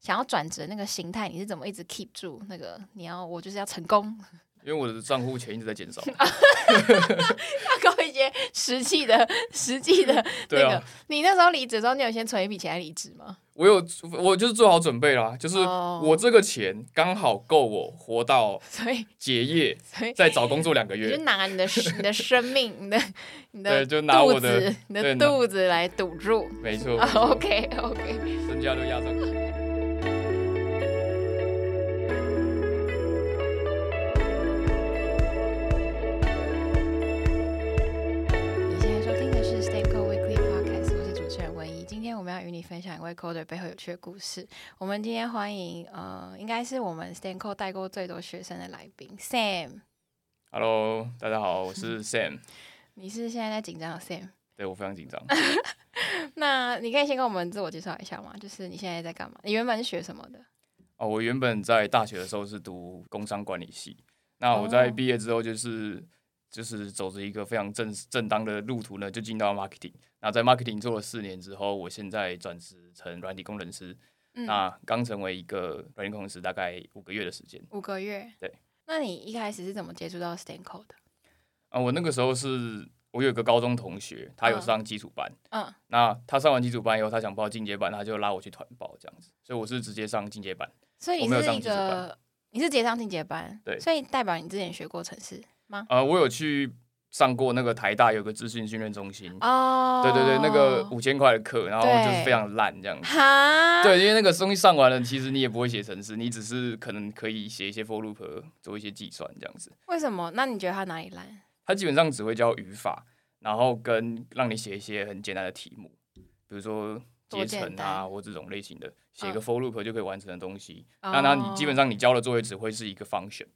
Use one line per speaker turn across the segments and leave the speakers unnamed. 想要转职的那个心态，你是怎么一直 keep 住那个？你要我就是要成功，
因为我的账户钱一直在减少。
啊要搞一些实际的、实际的那
对
个。
啊，
你那时候离职的时候，你有先存一笔钱来离职吗？
我有，我就是做好准备啦，就是
哦
我这个钱刚好够我活到
所以，
结 业，
所以
再找工作两个
你就
月。
拿你的你的生命、你的你的
对就拿
肚
我的
子、你的
对拿
肚子来堵住。
没错，没错
OK OK。
身家都压上去。
你现在收听的是 s t a c o Weekly Podcast，我是主持人文怡。今天我们要与你分享一位 coder 背后有趣的故事。我们今天欢迎，呃，应该是我们 s t a c o 带过最多学生的来宾 Sam。
Hello，大家好，我是 Sam。
你是现在在紧张的 Sam？
对我非常紧张。
那你可以先跟我们自我介绍一下吗？就是你现在在干嘛？你原本是学什么的？
哦，我原本在大学的时候是读工商管理系，那我在
哦
毕业之后就是、就是走着一个非常正正当的路途呢，就进到 marketing。那在 marketing 做了四年之后，我现在转职成软体工程师，
嗯
那刚成为一个软体工程师大概五个月的时间。
五个月。
对。
那你一开始是怎么接触到 s t a n c o 的？
啊，我那个时候是我有一个高中同学，他有
嗯
上基础班，
嗯，
那他上完基础班以后，他想报进阶班，他就拉我去团报这样子，所以我是直接上进阶班。
所以
我
你
没有
是
上
一
基础班
个，你是直接上进阶班，
对
所以代表你之前学过程式吗？
呃，我有去上过那个台大有个资讯训练中心，
哦，
嗯对对对，那个五千块的课，然后就是非常烂这样子。
哈，
对，因为那个东西上完了，其实你也不会写程式，你只是可能可以写一些 for loop，做一些计算这样子。
为什么？那你觉得它哪里烂？
它基本上只会教语法，然后跟让你写一些很简单的题目，比如说
多
结
简
程啊
单
或这种类型的，写一
嗯
个 for loop 就可以完成的东西。
哦
那那你基本上你交的作业只会是一个 function，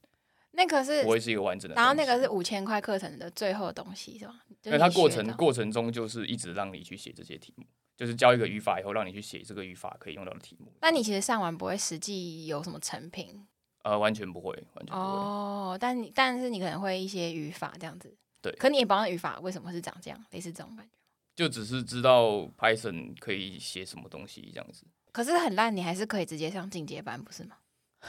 那可是
不，会是一个完整的东西。
然后那个是五千块课程的最后的东西是吧？就是
因为
你
它过
学
程
到
过程中就是一直让你去写这些题目，就是教一个语法以后，让你去写这个语法可以用到的题目。
那你其实上完不会实际有什么成品
呃完全不会，完全不会。
哦，但你但是你可能会一些语法这样子，
对
可你也不知道语法为什么是长这样，类似这种感觉。
就只是知道 Python 可以写什么东西这样子。
可是很烂，你还是可以直接上进阶班，不是吗？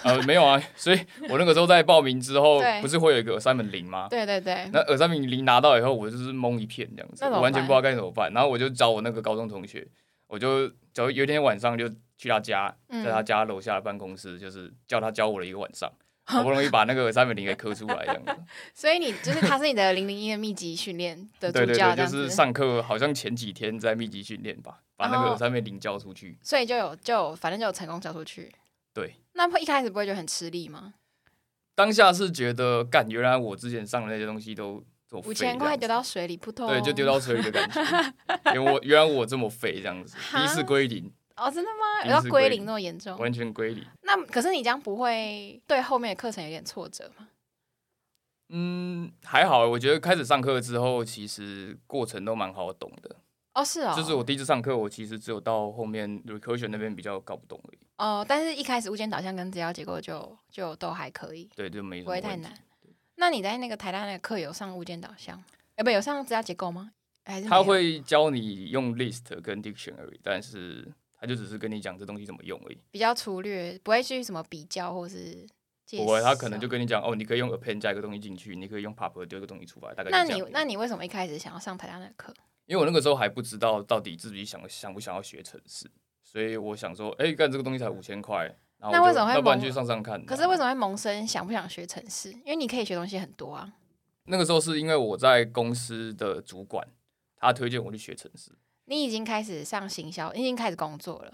呃，没有啊， 所以我那个时候在报名之后
对，
不是会有一个三本零吗？
对对对，
啊那耳三本零拿到以后，我就是懵一片这样子，
那怎么
我完全
办
不知道该怎么办。然后我就找我那个高中同学，我就找有一天晚上就去他家，
嗯
在他家楼下的办公室，就是叫他教我了一个晚上，好不容易把那个耳三本零给磕出 来这样子。
所以你就是它是你的零零一的密集训 练的主
对对
教这
对，就
样
是
子，
上课好像前几天在密集训练吧，把那
然后
个耳三本零教出去。
所以就有就有反正就有成功交出去。
对，
那会一开始不会觉得很吃力吗？
当下是觉得，干，原来我之前上的那些东西都这么废
五千块
这
丢
样
到水里扑通，
子对，就丢到水里的感觉。 原我原来我这么废这样子，
哈
第一次归零，
哦，真的吗？
第一
要
次
归
归
零
零
那么严重？
完全归零。
那可是你这样不会对后面的课程有点挫折吗？
嗯，还好，我觉得开始上课之后，其实过程都蛮好懂的。
哦，是哦，
就是我第一次上课，我其实只有到后面 recursion 那边比较搞不懂而已。
哦，但是一开始物件导向跟资料结构就就都还可以，
对，就没什
不
么
会太
问题
难。。那你在那个台大那个课有上物件导向吗？哎，不有上资料结构吗？还是没
他
有
会教你用 list 跟 dictionary，但是他就只是跟你讲这东西怎么用而已。
比较粗略，不会去什么比较或是介
我
绍。
他可能就跟你讲哦，你可以用 append 加一个东西进去，你可以用 pop 丢一个东西出来，大概
那
就这
你
样
那你为什么一开始想要上台大那个课？
因为我那个时候还不知道到底自己想想不想要学程式，所以我想说，哎、干这个东西才五千块，然后
那
我
为
就
什么会
要不然
蒙
去上上看？啊
可是为什么会萌生想不想学城市？因为你可以学东西很多啊。
那个时候是因为我在公司的主管他推荐我去学程式，
你已经开始上行销，你已经开始工作了，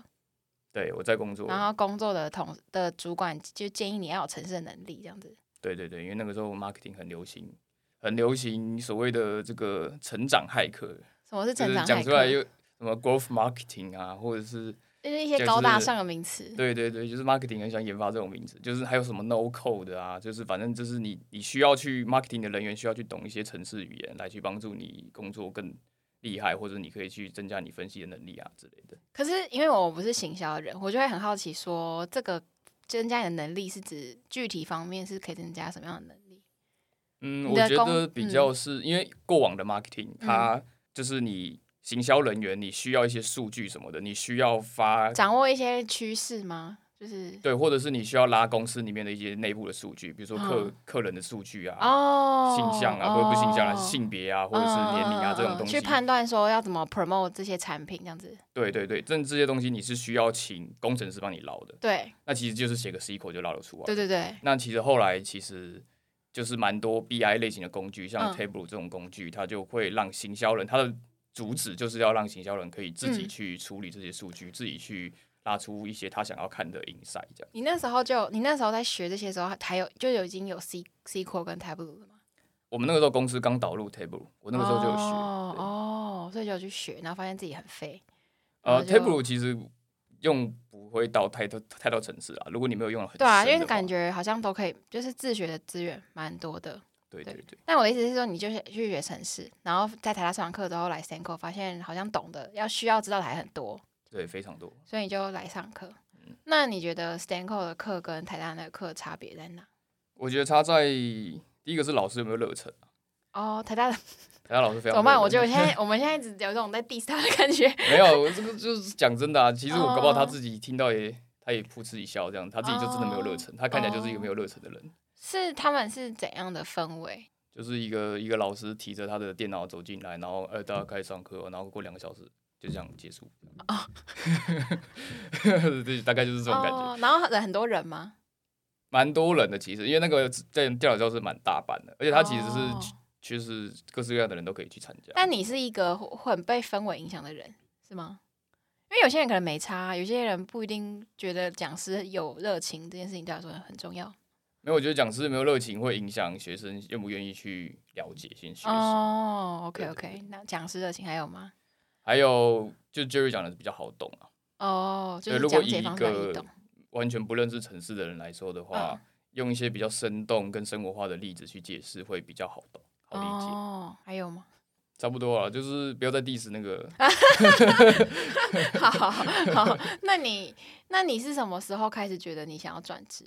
对我在工作，
然后工作的同的主管就建议你要有城市的能力，这样子。
对对对，因为那个时候 marketing 很流行，很流行所谓的这个成长骇客，
什么是
就
成
是
长
讲
骇
出来
客？
又什么 growth marketing 啊，或者是
就是一些
就
高大
是
上的名词。
对对对，就是 marketing 很想研发这种名字，就是还有什么 no code 啊，就是反正就是你你需要去 marketing 的人员需要去懂一些程式语言来去帮助你工作更厉害，或者你可以去增加你分析的能力啊之类的。
可是因为我不是行销的人，我就会很好奇说，这个增加你的能力是指具体方面是可以增加什么样的能力？
嗯，
你
我
的
觉
工嗯
得比较是、因为过往的 marketing，它就是你行销人员你需要一些数据什么的，你需要发
掌握一些趋势吗？就是
对，或者是你需要拉公司里面的一些内部的数据，比如说客、
嗯
客人的数据啊、
哦，
性向啊，或者不性向啊、
哦
性别啊，或者是年龄
嗯嗯
啊、
嗯
这种东西
去。判断说要怎么 promote 这些产品，这样子。
对对对，这这些东西你是需要请工程师帮你捞的，
对，
那其实就是写个 SQL 就捞得出来。
对对对，
那其实后来其实就是蛮多 BI 类型的工具，像
嗯
Tableau 这种工具，它就会让行销人，它的主旨就是要让行销人可以自己
嗯
去处理这些数据，自己去拉出一些他想要看的 insight 这样。
你那时候就你那时候在学这些时候，还有就有已经有 C C core 跟 Tableau 了吗？
我们那个时候公司刚导入 Tableau，我那个时候就有学。
哦
对
哦，所以就去学，然后发现自己很废。然后
呃
哦就
，Tableau 其实用不会到太多太多层次啊，如果你没有用的很
对啊，
深
因为
的话
感觉好像都可以，就是自学的资源蛮多的。
对对对，
但我的意思是说，你就是去学城市，然后在台大上完课之后来 s t a n c o 发现好像懂得要需要知道的还很多，
对非常多。
所以你就来上课。
嗯
那你觉得 s t a n c o 的课跟台大那个课差别在哪？
我觉得差在第一个是老师有没有热忱啊，
哦，台大的
台大老师非
怎
常
么办？
热
我觉
忱
得我现在 我们现在一直有这种在 diss 他的感觉。
没有，这个就是讲真的啊。其实我搞不好他
哦
自己听到也，他也噗嗤一笑，这样他自己就真的没有热忱。他看起来就是一个没有
哦
热忱的人，
是他们是怎样的氛围？
就是一个一个老师提着他的电脑走进来，然后呃大家开始上课哦，然后过两个小时就这样结束。
哦
对，大概就是这种感觉，
哦，然后人很多人吗？
蛮多人的其实，因为那个在电脑教室蛮大班的，而且他其实是
哦
就是各式各样的人都可以去参加。
但你是一个会会很被氛围影响的人，是吗？因为有些人可能没差，有些人不一定觉得讲师有热情这件事情对他来说很重要。
没有，我觉得讲师有没有热情会影响学生愿不愿意去了解、先学习。
哦，OK
对
OK，那讲师热情还有吗？
还有，就 Jerry 讲的比较好懂啊。
哦，就
对
是
如果
讲
以
解
一
方式很易
个
懂。
完全不认识城市的人来说的话，
嗯
用一些比较生动跟生活化的例子去解释会比较好懂、好理解。
哦，还有 吗？
差不多了，啊就是不要再 diss 那个。
啊好好好，那你那你是什么时候开始觉得你想要转职？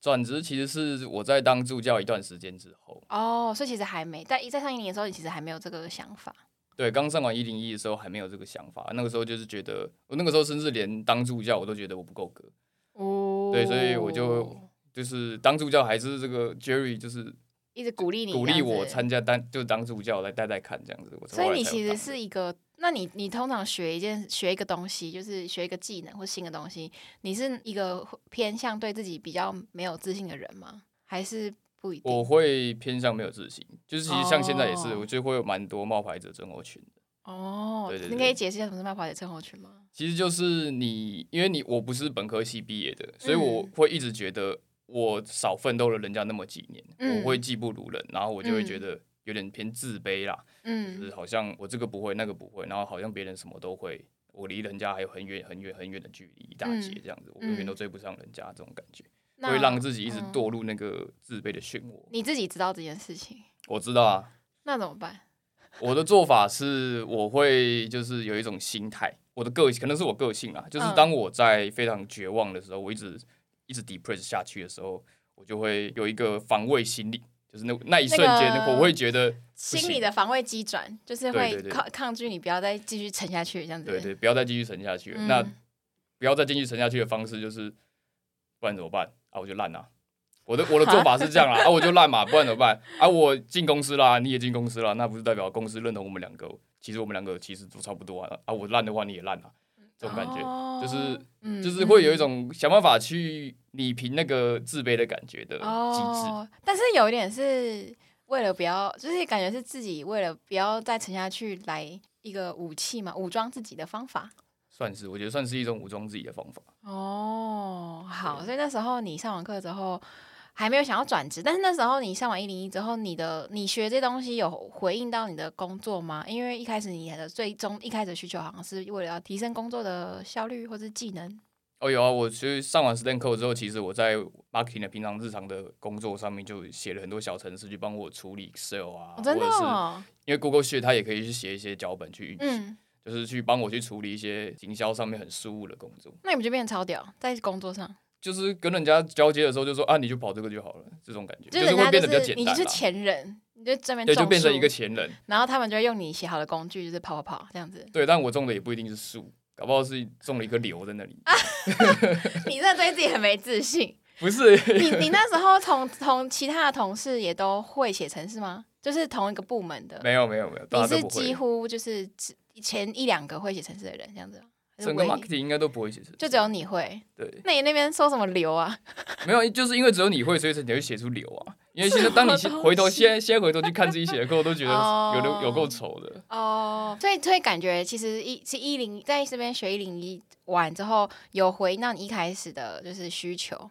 转职其实是我在当助教一段时间之后，
哦，所以其实还没在在上一年的时候，你其实还没有这个想法。
对，刚上完一零一的时候还没有这个想法，那个时候就是觉得，我那个时候甚至连当助教我都觉得我不够格，
哦
对所以我就就是当助教还是这个 Jerry 就是
一直鼓励你，
鼓励我。参加当就当助教来带带看这样子，我
所以
后来
你
才有
其实
当
是一个，那你你通常学一件学一个东西，就是学一个技能或新的东西，你是一个偏向对自己比较没有自信的人吗？还是不一
我
定？
会偏向没有自信，就是其实像现在也是，
哦
我觉得会有蛮多冒牌者症候群的。
哦
对对，对
你可以解释一下什么是冒牌者症候群吗？
其实就是你，因为你我不是本科系毕业的，所以我
嗯
会一直觉得我少奋斗了人家那么几年，
嗯
我会技不如人，然后我就会
嗯
觉得有点偏自卑啦，就是
嗯，
好像我这个不会那个不会，然后好像别人什么都会，我离人家还有很远很远很远的距离，一大截
嗯
这样子，我永远
嗯
都追不上人家这种感觉，
那
会让自己一直
嗯
堕入那个自卑的漩涡。
你自己知道这件事情，
我知道啊，
那怎么办？
我的做法是，我会就是有一种心态，我的个性可能是我个性啊，就是
嗯
当我在非常绝望的时候，我一直一直 depress 下去的时候，我就会有一个防卫心理，就是那那一瞬间
那，个
我会觉得行
心理的防卫机转就是
对
会
对对
抗抗拒你不要再继续沉下去，这样子。
对对，不要再继续沉下去了。
嗯
那不要再继续沉下去的方式就是，不然怎么办啊？我就烂啊！我的我的做法是这样 啦，啊，我就烂嘛，不然怎么办？啊，我进公司啦，你也进公司啦，那不是代表公司认同我们两个？其实我们两个其实都差不多啊，啊，我烂的话你也烂啊，这种感觉。
哦
就是
嗯
就是会有一
嗯
种想办法去理平那个自卑的感觉的机制。
哦，但是有一点是为了不要，就是感觉是自己为了不要再沉下去，来一个武器嘛，武装自己的方法。
算是，我觉得算是一种武装自己的方法。
哦，好，所以那时候你上完课之后还没有想要转职，但是那时候你上完一零一之后，你的你学这东西有回应到你的工作吗？因为一开始你的最终一开始的需求好像是为了要提升工作的效率或是技能。
哦，有啊，我其实上完 Stan Code 之后，其实我在 marketing 的平常日常的工作上面就写了很多小程式去帮我处理 Excel 啊，
哦、真的、
或者是
哦，
因为 Google Sheet 它也可以去写一些脚本去运行，
嗯，
就是去帮我去处理一些行销上面很失误的工作，
那你们就变得超屌，在工作上。
就是跟人家交接的时候就说啊，你就跑这个就好了，这种感觉，
就是
是
人
会
家
变
就
得比较简
你
单
就是
啦
前人，你就这边
对，
种
就变成
树
一个前人，
然后他们就会用你写好的工具，就是跑跑跑这样子。
对，但我种的也不一定是树，搞不好是种了一个瘤在那里。
啊你这对自己很没自信。
不是，
你你那时候同同其他的同事也都会写程式吗？就是同一个部门的，
没有没有没有，大
你
家
是
都不
几
会。
乎就是只前一两个会写程式的人这样子吗，还是
整个
唯一
marketing 应该都不会写成，
就只有你会。
对，
那你那边说什么流啊？
没有，就是因为只有你会，所以才你会写出瘤啊。因为现在当你
什么东西
回头先先回头去看自己写的歌，我都觉得
哦
有的有够丑的。
哦、所以所以感觉其实一是一零在这边学一零一完之后，有回应到你一开始的就是需求，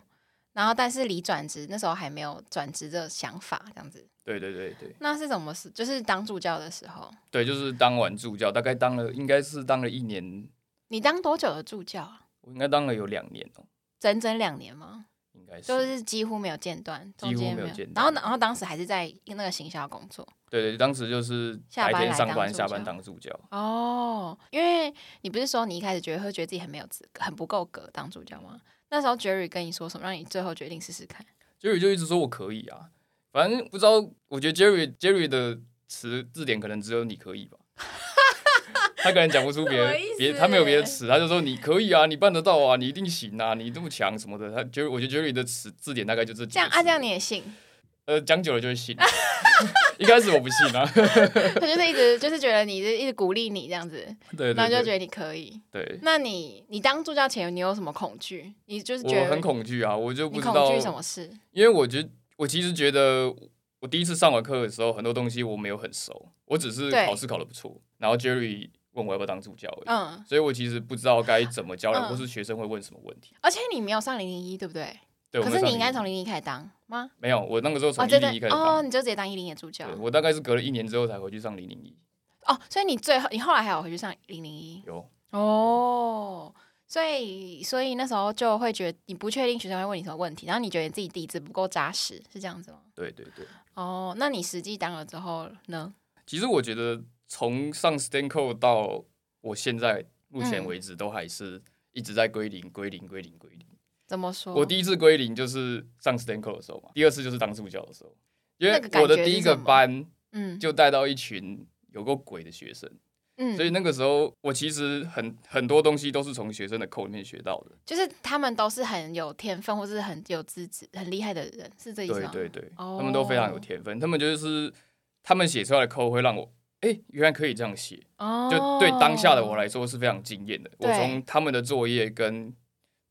然后但是离转职那时候还没有转职的想法，这样子。
对对对对
那是怎么是就是当助教的时候，
对，就是当完助教，大概当了应该是当了一年，
你当多久的助教啊？
我应该当了有两年哦、
整整两年吗？
应该是。
就是几乎没有间断，中
几乎
间
没有
有
间
然后
断
然后当时还是在那个行销工作
对对，当时就是
下
白
班
天
来
上
当
班，
助
下班
教
当助教。
哦，因为你不是说你一开始觉得会觉得自己很没有资格，很不够格当助教吗？那时候 Jerry 跟你说什么，让你最后决定试试看？
Jerry 就一直说我可以啊，反正不知道，我觉得 Jerry Jerry 的词字典可能只有你可以吧。他可能讲不出别
什
的
么意思欸
别，他没有别的词，他就说你可以啊，你办得到啊，你一定行啊，你这么强什么的。他 Jerry，我觉得 Jerry 的词字典大概就这几个
这样啊，
字
这样你也 信？
呃讲久了 就会信。一开始我不信啊，
他就是一直就是觉得你是一直鼓励你这样子，
对
然
对
后就觉得
对
你可以。
对，
那你你当助教前你有什么恐惧？你就是觉
我
得
很恐惧啊，我就不
你
知
恐
道
惧什么事？
因为我觉得我其实觉得我第一次上完课的时候，很多东西我没有很熟，我只是
对
考试考得不错，然后 Jerry 问我要不要当助教而已，
嗯，
所以我其实不知道该怎么教人，
嗯
或是学生会问什么问题。
而且你没有上零零一，对不对？
对，
可
我没
是
有上
你应该
101
从零零一开始当吗？
没有，我那个时候从
哦，
一
真
零一
的
开始
哦，
当，
你就直接当一零一的助教
对我大概是隔了一年之后才回去上零零一。
哦，所以你最后你后来还有回去上零零一
有，
哦，所以所以那时候就会觉得你不确定学生会问你什么问题，然后你觉得你自己底子不够扎实，是这样子吗？
对对对。
哦，那你实际当了之后呢？
其实我觉得从上 Stanco 到我现在目前
嗯
为止，都还是一直在归零、归零、归零、归零。
怎么说？
我第一次归零就是上 Stanco 的时候嘛，第二次就是当助教的时候，因为
那个感
我的
觉
第
是
一
什
个
么
班
嗯
就带到一群有够鬼的学生，
嗯，
所以那个时候我其实很很多东西都是从学生的口里面学到的。
就是他们都是很有天分或是很有资质、很厉害的人，是这意思
对
吗？
对对，
哦
他们都非常有天分，他们就是他们写出来的扣会让我。哎、原来可以这样写，
哦，
就对当下的我来说是非常惊艳的。我
对
从他们的作业跟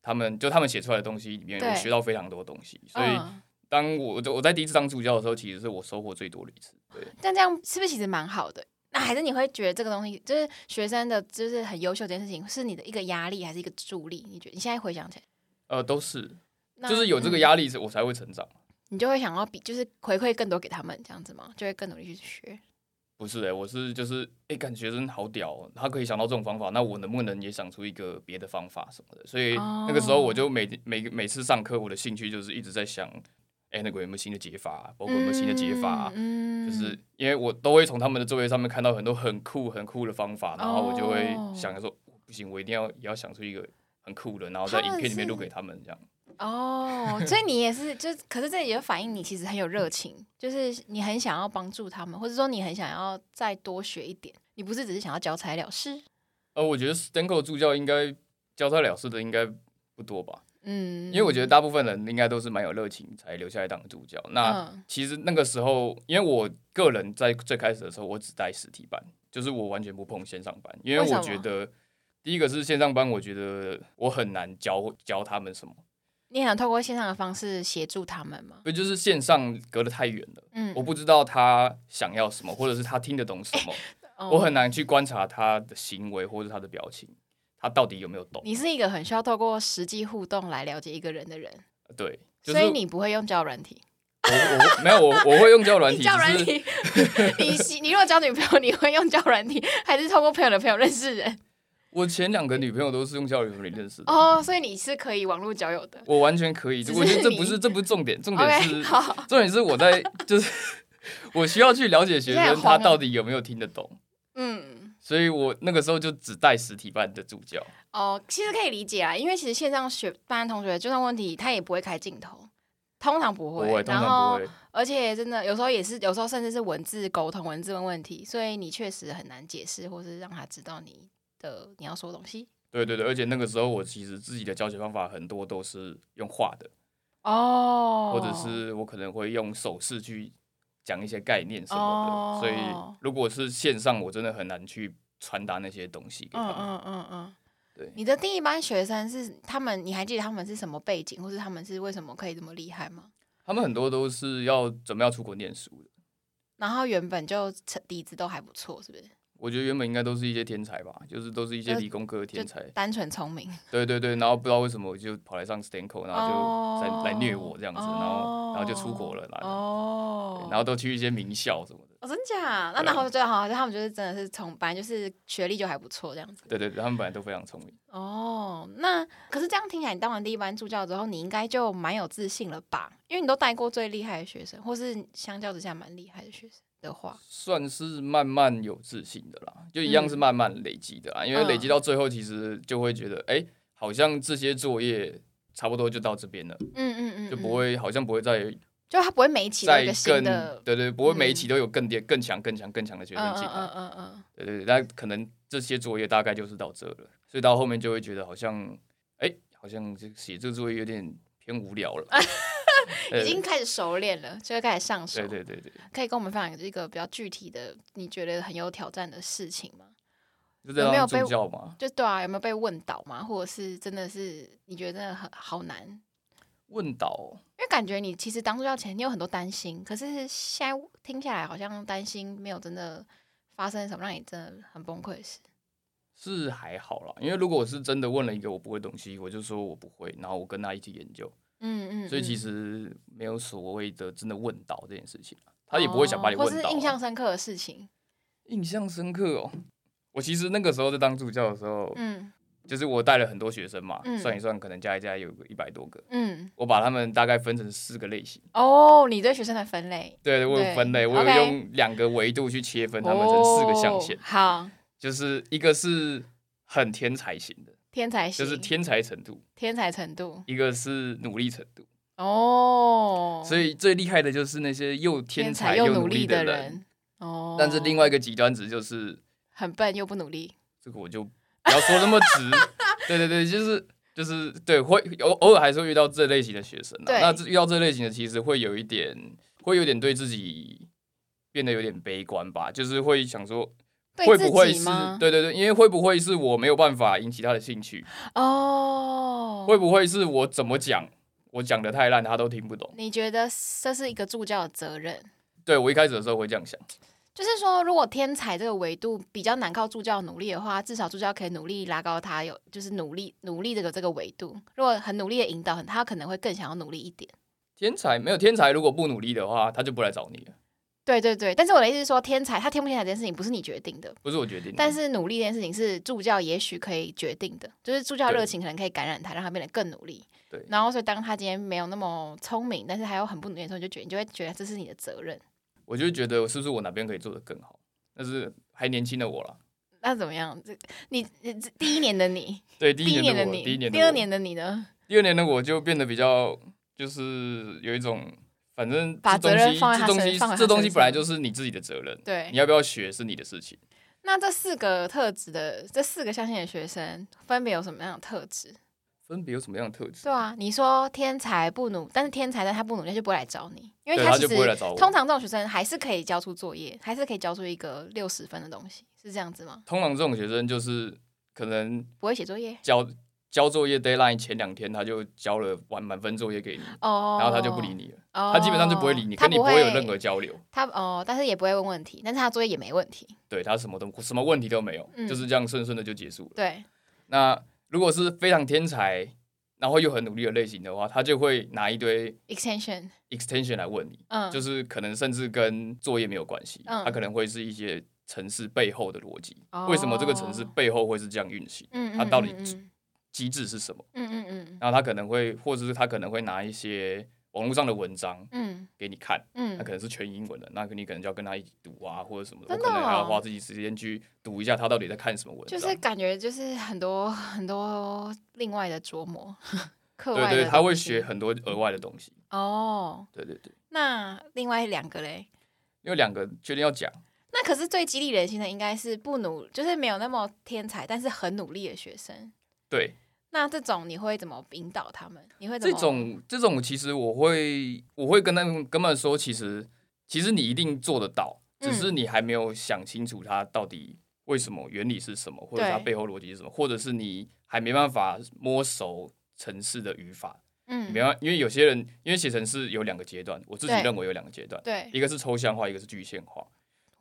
他们就他们写出来的东西里面，
对
我学到非常多东西。所以
嗯
当我我在第一次当助教的时候，其实是我收获最多的一次。对，
但这样是不是其实蛮好的？那还是你会觉得这个东西，就是学生的，就是很优秀这件事情，是你的一个压力还是一个助力？你觉得你现在回想起来，
呃，都是，
那
就是有这个、
嗯
压力，我才会成长。
你就会想要比，就是回馈更多给他们，这样子吗？就会更努力去学。
不是哎、我是就是哎，感、学生好屌、哦，他可以想到这种方法，那我能不能也想出一个别的方法什么的？所以
哦
那个时候我就每每每次上课，我的兴趣就是一直在想，哎、那个有没有新的解法、啊，
我
包括有没有新的解法、啊。
嗯
就是因为我都会从他们的作业上面看到很多很酷很酷的方法，然后我就会
哦
想着说，不行，我一定要也要想出一个很酷的，然后
他
在
们
影片里面
是
录给他们这样。
哦，所以你也是，就是可是这也就反映你其实很有热情，就是你很想要帮助他们，或者说你很想要再多学一点，你不是只是想要交差了事。
呃，我觉得 Stanco 助教应该交差了事的应该不多吧，
嗯，
因为我觉得大部分人应该都是蛮有热情才留下来当助教。那
嗯
其实那个时候，因为我个人在最开始的时候，我只带实体班，就是我完全不碰线上班，因为
为什么
我觉得第一个是线上班，我觉得我很难教教他们什么，
你想透过线上的方式协助他们吗？
不就是线上隔得太远了。
嗯，
我不知道他想要什么，或者是他听得懂什么，
哦
我很难去观察他的行为或者他的表情，他到底有没有懂？
你是一个很需要透过实际互动来了解一个人的人，
对，就是
所以你不会用交友软体。
我我没有我我会用交友软体，
你交友软
只是
体，你喜你如果交女朋友，你会用交友软体，还是透过朋友的朋友认识人？
我前两个女朋友都是用交友软体认识的，
哦，所以你是可以网络交友的。
我完全可以。
只是
我觉得这
你
不是这不是重点，重点
OK，
是
好，
重点是我 在就是我需要去了解学
你现在
生
很慌
他
啊
到底有没有听得懂，
嗯。
所以我那个时候就只带实体班的助教。
哦，其实可以理解啊，因为其实线上学班同学就算问题，他也不会开镜头，通常不
不
会。
会，通
然
常
后
不，会。
而且真的有时候也是，有时候甚至是文字沟通、文字问问题，所以你确实很难解释或是让他知道你的你要说的东西。
对对对，而且那个时候我其实自己的教学方法很多都是用画的，
哦，
或者是我可能会用手势去讲一些概念什么的，所
哦
以如果是线上，我真的很难去传达那些东西给
嗯
他们。
嗯嗯嗯，
对
你的第一班学生是他们，你还记得他们是什么背景，或是他们是为什么可以这么厉害吗？
他们很多都是要准备要出国念书的，
然后原本就成底子都还不错，是不是？
我觉得原本应该都是一些天才吧，就是都是一些
就
理工科的
呃就
天才。
单纯聪明，
对对对，然后不知道为什么我就跑来上 Stanco，然后就来、
哦
来虐我这样子，然后然后就出国了啦，
哦
对，然后都去一些名校什么的。
哦，真假？那
对啊
然后最好，他们就是真的是从本来就是学历就还不错这样子。
对对对，他们本来都非常聪明。
哦，那可是这样听起来，你当完第一班助教之后，你应该就蛮有自信了吧？因为你都带过最厉害的学生，或是相较之下蛮厉害的学生的话，
算是慢慢有自信的啦，就一样是
嗯
慢慢累积的啦。因为累积到最后，其实就会觉得，哎、好像这些作业差不多就到这边了，
嗯嗯嗯，
就
嗯
不，会好像不会再
就他不会每一期都有一个
再更
新的，
对对，不会每一期都有更迭更强、更强、更强的学
嗯嗯
生
嗯
进来。
嗯嗯，
对对对，那可能这些作业大概就是到这了，所以到后面就会觉得好像，哎、好像这写这个作业有点偏无聊 了，
嗯已经开始熟练了，就会开始上手。
对对对对，
可以跟我们分享一个比较具体的，你觉得很有挑战的事情吗？
就
有
这
没有
样
被
助教嘛。
就对啊，有没有被问倒吗？或者是真的是你觉得真的很好难？
问导，
因为感觉你其实当助教前你有很多担心，可是现在听下来好像担心没有真的发生什么让你真的很崩溃的事。
是还好啦，因为如果我是真的问了一个我不会的东西，我就说我不会，然后我跟他一起研究，
嗯嗯，
所以其
嗯
实没有所谓的真的问倒这件事情啊，他也不会想把你
哦
问
或
倒
是
啊、
印象深刻的事情。
印象深刻哦。我其实那个时候在当助教的时候，
嗯
就是我带了很多学生嘛，
嗯
算一算可能加一加有个一百多个，
嗯，
我把他们大概分成四个类型，
哦，你对学生的分类，
对我
对
有分类，我有
OK
用两个维度去切分他们成四个象限
哦，好，
就是一个是很天才型的，
天才型，
就是天才程度，
天才程度。
一个是努力程度。
哦，
所以最厉害的就是那些又天才
又
努
力
的人。
人。哦，
但是另外一个极端值就是，
很笨又不努力。
这个我就不要说那么 直。对对对，就是就是对，会偶偶尔还是会遇到这类型的学生、啊。
对
那这遇到这类型的，其实会有一点，会有点对自己变得有点悲观吧，就是会想说。
对
会
自
不会
己
是
吗？
对对对，因为会不会是我没有办法引起他的兴趣？
哦，
会不会是我怎么讲，我讲的太烂，他都听不懂？
你觉得这是一个助教的责任？
对我一开始的时候会这样想。
就是说，如果天才这个维度比较难靠助教努力的话，至少助教可以努力拉高他有，就是努力努力这个这个维度。如果很努力的引导，他可能会更想要努力一点。
天才没有天才，如果不努力的话，他就不来找你了，
对对对，但是我的意思是说，天才他天不天才这件事情不是你决定的，
不是我决定的。
但是努力这件事情是助教也许可以决定的，就是助教热情可能可以感染他，让他变得更努力。
对
然后所以当他今天没有那么聪明，但是还有很不努力的时候，你就觉得你就会觉得这是你的责任。
我就觉得是不是我哪边可以做得更好？那是还年轻的我啦，
那怎么样？这你你这第一年的你，
对， 第
第
一
一年
的
的
我，
你，
第一年的
第二
我
年的你呢？
第二年的我就变得比较，就是有一种，反正
把责
这东
任
西，
放在他
这东
身
西
放在，他
这东 西
身
本来
上啊
就是你自己的责任，
对
你，要不要学是你的事情。
那这四个特质的这四个象限的学生分别有什么样的特质？
分别有什么样的特质？
对啊，你说天才不努，但是天才但他不努力他就不会来找你，因为
对他
其
就不会来
实
找我
通常这种学生还是可以交出作业，还是可以交出一个六十分的东西，是这样子吗？
通常这种学生就是可能
不会写作业
交交作业 deadline 前两天他就交了完满分作业给你，
哦，
然后他就不理，你了，
哦、
他基本上就不会理你，
他
跟你不会有任何交流。
他哦，但是也不会问问题，但是他作业也没问题，
对他什么都什么问题都没有，
嗯
就是这样顺顺的就结束了。
对，
那如果是非常天才，然后又很努力的类型的话，他就会拿一堆
extension，
extension 来问你，
嗯，
就是可能甚至跟作业没有关系，
嗯
他可能会是一些城市背后的逻辑，
哦
为什么这个城市背后会是这样运行，
嗯嗯
他到底
嗯
机制是什么？
嗯嗯嗯
然后他可能会，或者是他可能会拿一些网络上的文章
嗯
给你看，
嗯
那
嗯，
可能是全英文的，那你可能就要跟他一起读啊，或者什么的，
真
我
的
可能还要
哦
花自己时间去读一下他到底在看什么文章，
就是感觉就是很多很多另外的琢磨， 课
对
外的
对，他会
东西
学很多额外的东西，
哦。
对对对。
那另外两个嘞，
因为两个决定要讲，
那可是最激励人心的应该是不努，就是没有那么天才，但是很努力的学生。
对，
那这种你会怎么引导他们？你会怎
这
么？
种这种其实我会我会跟他们跟他们说，其实其实你一定做得到，
嗯
只是你还没有想清楚它到底为什么原理是什么，或者
对
它背后逻辑是什么，或者是你还没办法摸熟程式的语法。
嗯，
没办法，因为有些人因为写程式有两个阶段，我自己
对
认为有两个阶段，
对，
一个是抽象化，一个是具现化。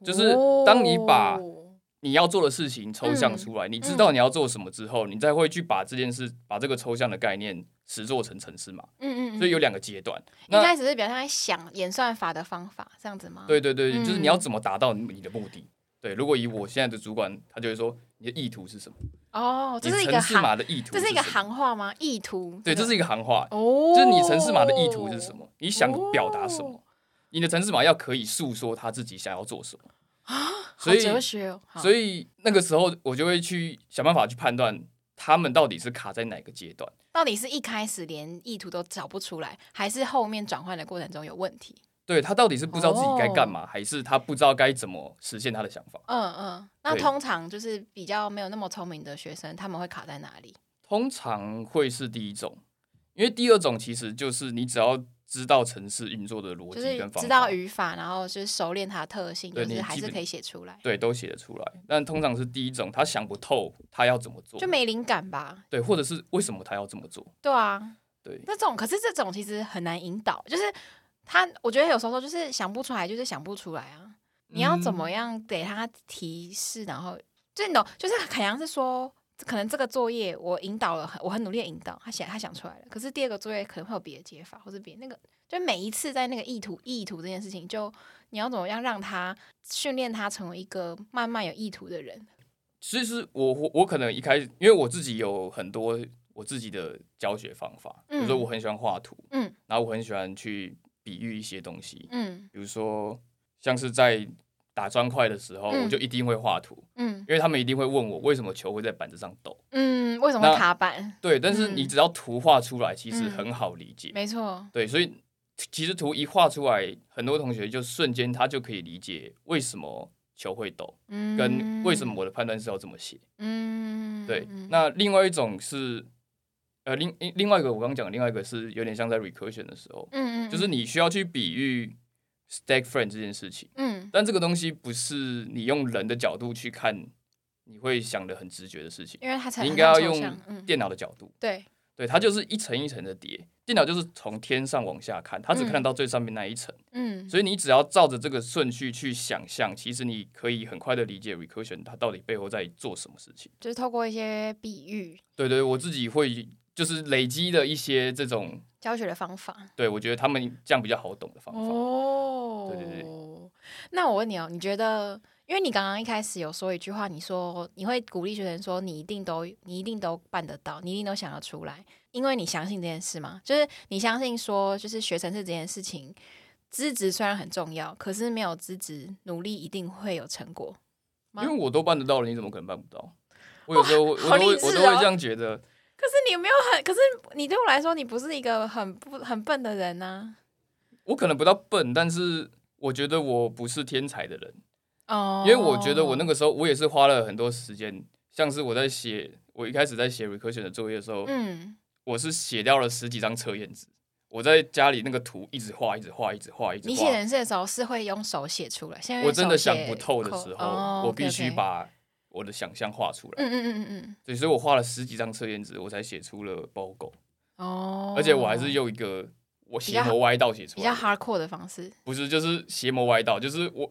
就是当你把
哦
你要做的事情抽象出
嗯
来，你知道你要做什么之后，你再会去把这件事、把这个抽象的概念实做成程式嘛。
嗯嗯，
所以
嗯
有两个阶段。
应
那
该只是比较像在想演算法的方法这样子吗？
对对对，
嗯
就是你要怎么达到你的目的。对，如果以我现在的主管，他就会说你的意图是什么？
哦，这
你
是一个
城市
行，
码的意图
这是一个
什么
行话吗？意图？
对，这是一个行话，
哦，
就是你城市码的意图是什？么？你想
哦
表达什么？你的城市码要可以诉说他自己想要做什么。所
啊好
以
哲学哦，好
所以那个时候我就会去想办法去判断他们到底是卡在哪个阶段。
到底是一开始连意图都找不出来，还是后面转换的过程中有问题？
对他到底是不知道自己该干嘛
哦
还是他不知道该怎么实现他的想法？
嗯嗯，那
对
通常就是比较没有那么聪明的学生，他们会卡在哪里？
通常会是第一种，因为第二种其实就是你只要知道城市运作的逻
就
辑
是
跟方
知道
法，
语法，然后就是熟练它的特性，就
对
是
你
还
基
是
本
可以写出来，
对，都写得出来。但通常是第一种，他想不透他要怎么做
就，没灵感吧？
对，或者是为什么他要这么做，
对啊，
对，
那种可是这种其实很难引导，就是他，我觉得有时候就是想不出来，就是想不出来啊。你要怎么
嗯
样给他提示，然后就你懂，就是海洋是说，可能这个作业我引导了很，我很努力地引导他想他想出来了，可是第二个作业可能会有别的解法，或者别那个，就每一次在那个意图意图这件事情，就你要怎么样让他训练他成为一个慢慢有意图的人，
其实我我我可能一开始，因为我自己有很多我自己的教学方法，比如说
嗯
我很喜欢画图，
嗯，
然后我很喜欢去比喻一些东西，
嗯
比如说像是在打砖块的时候，
嗯
我就一定会画图，
嗯
因为他们一定会问我为什么球会在板子上抖。
嗯，为什么会
那
卡板？
对，但是你
嗯
只要图画出来，其实
嗯
很好理解。
没错，
对，所以其实图一画出来，很多同学就瞬间他就可以理解为什么球会抖，
嗯，
跟为什么，我的判断是要这么写。
嗯，
对
嗯，
那另外一种是，呃，另另另外一个我刚刚讲的另外一个是有点像在 recursion 的时候，
嗯嗯，
就是你需要去比喻 stack frame 这件事情，
嗯
但这个东西不是你用人的角度去看，你会想的很直觉的事情，
因为他才
你应
很
该要
抽象
用
嗯
电脑的角度，
对，
对，它就是一层一层的叠，电脑就是从天上往下看，它只
嗯
看得到最上面那一层，
嗯，
所以你只要照着这个顺序去想象，其实你可以很快的理解 recursion 它到底背后在做什么事情。
就是透过一些比喻
对对，我自己会就是累积的一些这种，
教学的方法。
对我觉得他们这样比较好懂的方法。
哦
对对
那我问你哦，你觉得？因为你刚刚一开始有说一句话，你说你会鼓励学生说你一定都你一定都办得到，你一定都想得出来，因为你相信这件事嘛，就是你相信说就是学程式这件事情，资质虽然很重要，可是没有资质，努力一定会有成果。吗
因为我都办得到了，你怎么可能办不到？我有时候我
好
我
励
都会
志
我都
哦
会这样觉得，
可是你没有很，可是你对我来说，你不是一个很不很笨的人啊呐、
我可能不到笨，但是我觉得我不是天才的人，
哦
因为我觉得我那个时候我也是花了很多时间，像是我在写我一开始在写 recursion 的作业的时候，
嗯，
我是写掉了十几张测验纸，我在家里那个图一直画，一直画，一直画，一直
你写
画。
人事的时候是会用手写出来，现在
我真的想
用手
不
写
透的
扣
时候，
哦
我
OK，
必须
OK
把我的想象画出来。
嗯嗯嗯嗯嗯，
对，所以我画了十几张测验纸，我才写出了包狗，
哦，
而且我还是用一个我
比较
邪魔歪道写出
比较
来的，
hardcore 的方式，
不是就是邪魔歪道，就是我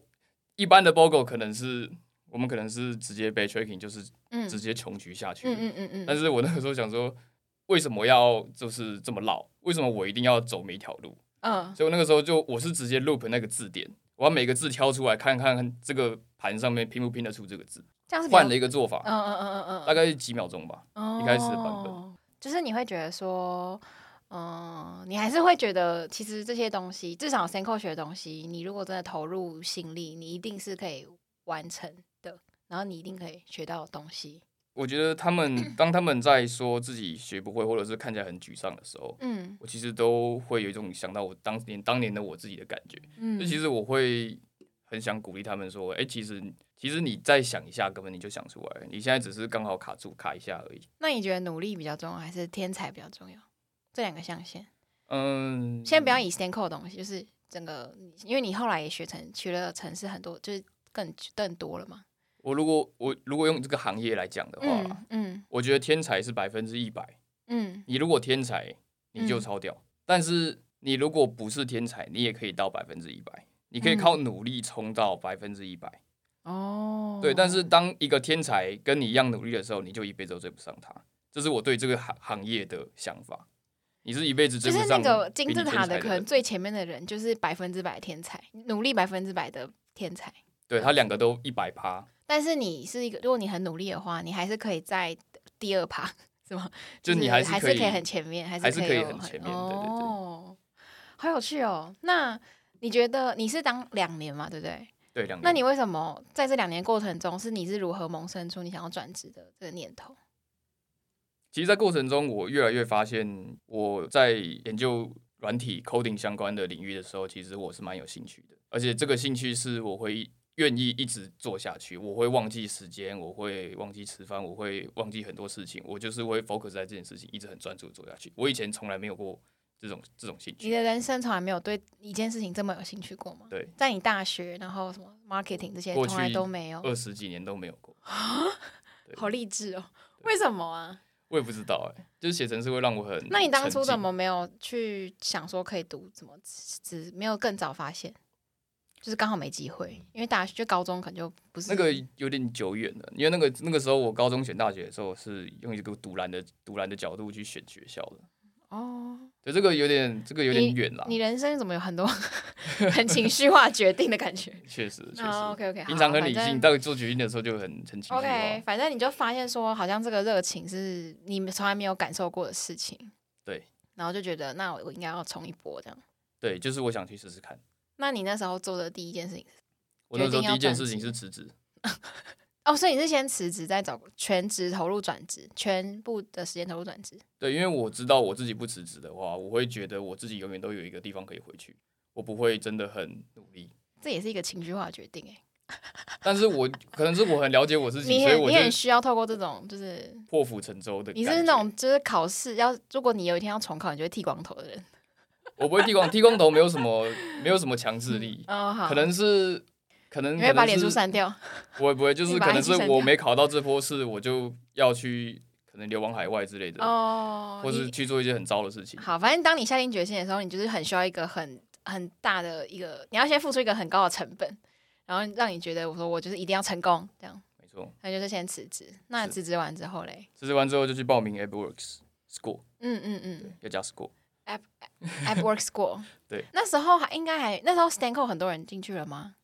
一般的包狗可能是我们可能是直接被 tracking，就是
嗯
直接穷局下去，
嗯嗯嗯嗯，
但是我那个时候想说，为什么要就是这么绕？为什么我一定要走每一条路？
嗯
所以我那个时候就我是直接 loop 那个字典，我把每个字挑出来看看这个盘上面拼不拼得出这个字，
这样是比较
换了一个做法，
嗯嗯嗯嗯嗯，
大概几秒钟吧。一开始的版本
哦就是你会觉得说，嗯，你还是会觉得，其实这些东西，至少 Senko 学的东西，你如果真的投入心力，你一定是可以完成的，然后你一定可以学到东西。
我觉得他
嗯
们当他们在说自己学不会，或者是看起来很沮丧的时候，
嗯
我其实都会有一种想到我当年当年的我自己的感觉。
嗯
就其实我会很很想鼓励他们说，哎、其实其实你再想一下，根本你就想出来了，你现在只是刚好卡住卡一下而已。
那你觉得努力比较重要，还是天才比较重要？这两个象限，
嗯，
先不要以 STEM 的东西，就是整个，因为你后来也学成学了城市很多，就是更更多了嘛。
我如果我如果用这个行业来讲的话，
嗯嗯
我觉得天才是百分之一百。
嗯
你如果天才，你
嗯
就超屌；但是你如果不是天才，你也可以到百分之一百。你可以
嗯
靠努力冲到百分之一百，
哦，
对。但是当一个天才跟你一样努力的时候，你就一辈子都追不上他。这是我对这个行行业的想法。你是一辈子追
就
不
是
上
那个
比
金
你
字
天
塔
才的
的，可能
人
最前面的人就是百分之百天才，努力百分之百的天才。
对他两个都一百趴，
但是你是一个，如果你很努力的话，你还是可以在第二趴， 是吗？
就你
是
还
还
是
是
可以
很前面，还
还是
可
可以
有
很前面对对对
哦，好有趣哦。那你觉得你是当两年嘛，对不对？
对两个。
那你为什么在这两年过程中，是你是如何萌生出你想要转职的这个念头？
其实，在过程中，我越来越发现，我在研究软体 coding 相关的领域的时候，其实我是蛮有兴趣的，而且这个兴趣是我会愿意一直做下去。我会忘记时间，我会忘记吃饭，我会忘记很多事情，我就是会 focus 在这件事情，一直很专注地做下去。我以前从来没有过这种这种兴
你
趣。
的人生从来没有对一件事情这么有兴趣过吗？
对，
在你大学，然后什么 marketing 这些，
过
从
去呃
来都没有，
二十几年都没有过，对
好励志哦。为什么啊？
我也不知道哎、就是写程式会让我很……
那你当初怎么？没有去想说可以读怎么只没有更早发现？就是刚好没机会，因为大学就高中可能就不是
那个有点久远了，因为那个那个时候我高中选大学的时候是用一个独蓝的独蓝的角度去选学校的，
哦，
对这个有点这个有点远啦
你，人生怎么有很多 很情绪化决定的 感觉？
确实确
哦
实，
，OK OK，
平常很理性，但做决定的时候就很很情绪化。
OK，反正你就发现说，好像这个热情是你们从来没有感受过的事情，
对，
然后就觉得那我应该要冲一波这样。
对，就是我想去试试看。
那你那时候做的第一件事情是
我那时
决定
候第
要
一件
转
事情
职
是辞职，
哦，所以你是先辞职，再找全职投入转职，全部的时间投入转职。
对，因为我知道我自己不辞职的话，我会觉得我自己永远都有一个地方可以回去，我不会真的很努力。
这也是一个情绪化的决定哎、
但是我可能是我很了解我自 己，
你
所以
很
我
你
就
很需要透过这种，就是
破釜沉舟的感觉。
你是那种就是考试要，如果你有一天要重考，你就会剃光头的人。
我不会剃光，剃光头没有什么没有什么强制力，
哦，好，
可能是可能
你会把脸书
可能是
删 掉。
不会不会，就
你
是
把
可能
脸书
是
删
我
掉
没考到这波试，我就要去可能流亡海外之类的，
哦，
或是
你
去做一些很糟的事情。
好，反正当你下定决心的时候，你就是很需要一个很很大的一个，你要先付出一个很高的成本，然后让你觉得我说我就是一定要成功这样。
没错，
那就是先辞职，那
是
辞职完之后嘞，
辞职完之后就去报名 AppWorks School，
嗯嗯嗯
要加 School。
，App Work School，
对，
那时候还应该还那时候 Stanco 很多人进去了吗？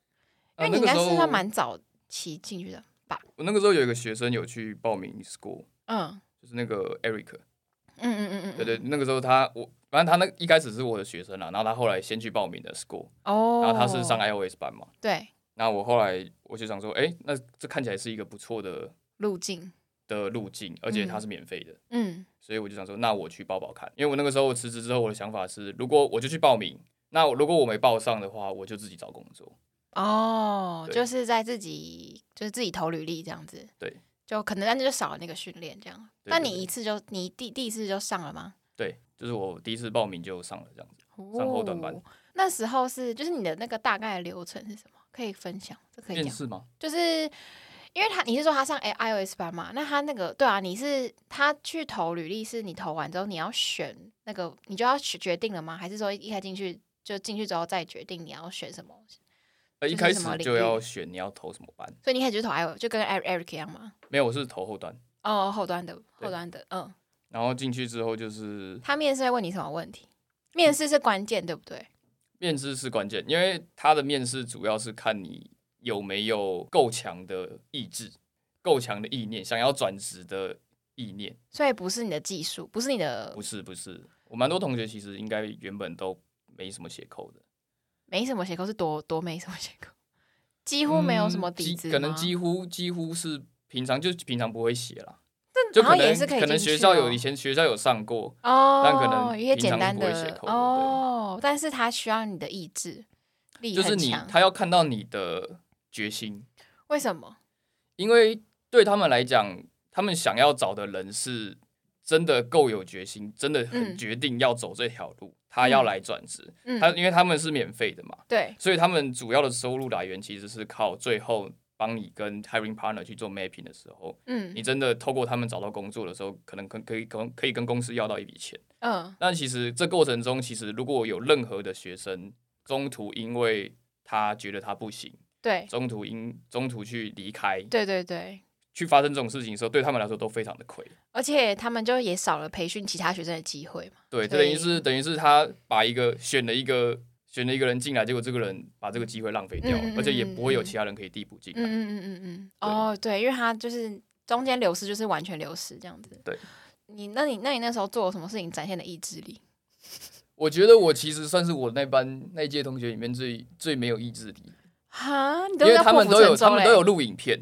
因为
啊
你应该
那个时
是
候
算蛮早期进去的吧？
我那个时候有一个学生有去报名 School，
嗯
就是那个 Eric，
嗯嗯嗯嗯，
对对，那个时候他我反正他那一开始是我的学生啊啦，然后他后来先去报名的 School，
哦，
然后他是上 iOS 班嘛，
对
那我后来我就想说，哎、那这看起来是一个不错的
路径，
的路径，而且它
嗯
是免费的，
嗯
所以我就想说，那我去报报看。因为我那个时候辞职之后，我的想法是，如果我就去报名，那如果我没报上的话，我就自己找工作。
哦，
对
就是在自己就是自己投履历这样子，
对，
就可能但是就少了那个训练这样。
对
那
对
你
对
一次就你第第一次就上了吗？
对，就是我第一次报名就上了这样子。上后段班
哦那时候是就是你的那个大概的流程是什么？可以分享，这可以
面
讲。
试吗？
就是因为他你是说他上 A iOS 班嘛？那他那个对啊，你是他去投履历，是你投完之后你要选那个，你就要决决定了吗？还是说一开进去就进去之后再决定你要选什么？
呃，一
就是
开
什
始
么领
就
域
要选你要投什么班，
所以你一开始就投 iOS，就跟 Eric Eric 一样嘛？
没有，我是投后端。
哦，后端的
对
后端的，嗯，
然后进去之后就是
他面试会问你什么问题？面试是关键，对不对？
面试是关键，因为他的面试主要是看你有没有够强的意志、够强的意念，想要转职的意念。
所以不是你的技术，不是你的
不，是不是，我蛮多同学其实应该原本都没什么写扣的，
没什么斜扣，是多多没什么斜扣，几乎没有什
嗯
么底
几
子吗、
可能几乎几乎是平常就平常不会写啦，就
然后
可
也
能
是可以
可能
进去
学校有
哦
以前学校有上过，
哦，
但可能
一些
平
简
常
单
不会写
的
扣对
哦，但是它需要你的意志，力
就是
很
你
强。
他要看到你的决心，
为什么？
因为对他们来讲，他们想要找的人是真的够有决心，真的很
嗯
决定要走这条路，他要来转职，
嗯，
他因为他们是免费的嘛，
对，
所以他们主要的收入来源其实是靠最后帮你跟 hiring partner 去做 mapping 的时候，你
嗯
真的透过他们找到工作的时候，可能可可以跟可以跟公司要到一笔钱。
嗯
但其实这过程中，其实如果有任何的学生中途因为他觉得他不行，
对
中途因中途去离开，
对对对，
去发生这种事情的时候，对他们来说都非常的亏。
而且他们就也少了培训其他学生的机会嘛。
对，
所
这
以
等于是等于是他把一个选了一个选了一个人进来，结果这个人把这个机会浪费掉，
嗯嗯嗯
而且也不会有
嗯
其他人可以递补进
嗯
来。
嗯嗯嗯嗯，哦，对，因为他就是中间流失，就是完全流失这样子。
对，
你那你那你那时候做了什么事情展现的意志力？
我觉得我其实算是我那班那一届同学里面最最没有意志力，
哈，你
因
都
为
在
他
破
们
釜
都有
沉
他
舟
们
嘞
都有录影片，